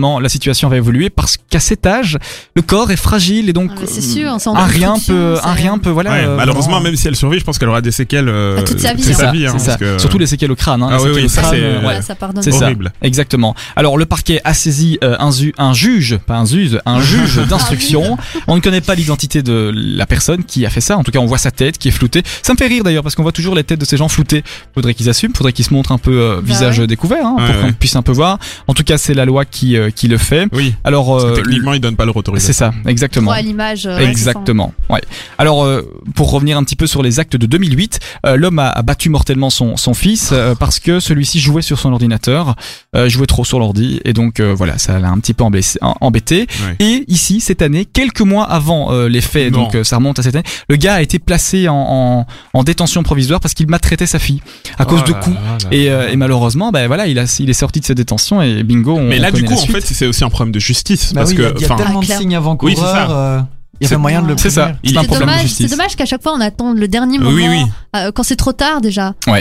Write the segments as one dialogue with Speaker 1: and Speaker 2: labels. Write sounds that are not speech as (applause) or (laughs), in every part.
Speaker 1: Non, la situation va évoluer parce qu'à cet âge, le corps est fragile et donc
Speaker 2: Ah, mais c'est sûr,
Speaker 1: euh,
Speaker 2: sans
Speaker 1: un rien
Speaker 2: reconstruction,
Speaker 1: peut,
Speaker 2: c'est-
Speaker 1: un rien peut, voilà.
Speaker 3: Ouais,
Speaker 1: euh,
Speaker 3: malheureusement,
Speaker 1: vraiment-
Speaker 3: même si elle survit, je pense qu'elle aura des séquelles euh,
Speaker 2: Ah, toute sa vie,
Speaker 3: toute
Speaker 1: C'est
Speaker 3: sa
Speaker 1: ça,
Speaker 3: vie. hein,
Speaker 1: c'est ça.
Speaker 3: parce que-
Speaker 1: Surtout les séquelles au crâne. Hein, les
Speaker 3: Ah oui,
Speaker 1: séquelles
Speaker 3: oui,
Speaker 1: au
Speaker 3: ça,
Speaker 1: crâne,
Speaker 3: c'est-
Speaker 1: euh,
Speaker 2: Voilà,
Speaker 1: ouais.
Speaker 2: ça pardonne.
Speaker 1: C'est ça.
Speaker 3: Horrible.
Speaker 1: Exactement. Alors le parquet a saisi euh, un, zu- un juge, pas un zuse, un
Speaker 2: (laughs)
Speaker 1: juge d'instruction.
Speaker 2: Ah
Speaker 1: On ne connaît pas l'identité de la personne qui a fait ça. En tout cas, on voit sa tête qui est floutée. Ça me fait rire d'ailleurs parce qu'on voit toujours les têtes de ces gens floutées. Faudrait qu'ils assument, faudrait qu'ils se montrent un peu euh, visage
Speaker 2: Bah ouais.
Speaker 1: découvert hein,
Speaker 3: Ouais,
Speaker 1: pour qu'on
Speaker 3: ouais.
Speaker 1: puisse un peu voir. En tout cas, c'est la loi qui euh, qui le fait.
Speaker 3: Oui.
Speaker 1: Alors
Speaker 3: Parce que
Speaker 1: euh,
Speaker 3: techniquement, ils donnent pas le retour.
Speaker 1: c'est ça, exactement.
Speaker 2: Droit à l'image. euh,
Speaker 1: Exactement. Ouais. Alors, euh, pour revenir un petit peu sur les actes de 2008, euh, l'homme a, a battu mortellement son, son fils euh, parce que celui-ci jouait sur son ordinateur, euh, jouait trop sur l'ordi, et donc euh, voilà, ça l'a un petit peu embêté. embêté.
Speaker 3: Ouais.
Speaker 1: Et ici, cette année, quelques mois avant euh, les faits,
Speaker 3: Non.
Speaker 1: donc euh, ça remonte à cette année, le gars a été placé en, en, en détention provisoire parce qu'il maltraitait sa fille à
Speaker 3: Oh
Speaker 1: cause de coups. Et, euh, et malheureusement, ben voilà, il, a, il est sorti de ses détentions et bingo. On,
Speaker 3: Mais là,
Speaker 1: on
Speaker 3: du
Speaker 1: connaît
Speaker 3: coup,
Speaker 1: la
Speaker 3: en
Speaker 1: suite.
Speaker 3: fait, c'est aussi un problème de justice.
Speaker 4: Bah
Speaker 3: parce
Speaker 4: oui, il y a-
Speaker 3: que,
Speaker 4: il y a,
Speaker 3: enfin,
Speaker 4: tellement
Speaker 2: Ah,
Speaker 4: de
Speaker 2: clair.
Speaker 4: signes
Speaker 3: Oui, c'est ça.
Speaker 4: avant-coureurs. euh, il y avait
Speaker 3: C'est-
Speaker 4: moyen de le
Speaker 1: C'est ça.
Speaker 4: prévenir.
Speaker 3: il-
Speaker 1: C'est un
Speaker 2: C'est
Speaker 1: problème de
Speaker 2: dommage, c'est
Speaker 1: justice.
Speaker 2: dommage qu'à chaque fois on attende le dernier moment,
Speaker 3: oui, oui.
Speaker 2: euh, quand c'est trop tard déjà. Ah,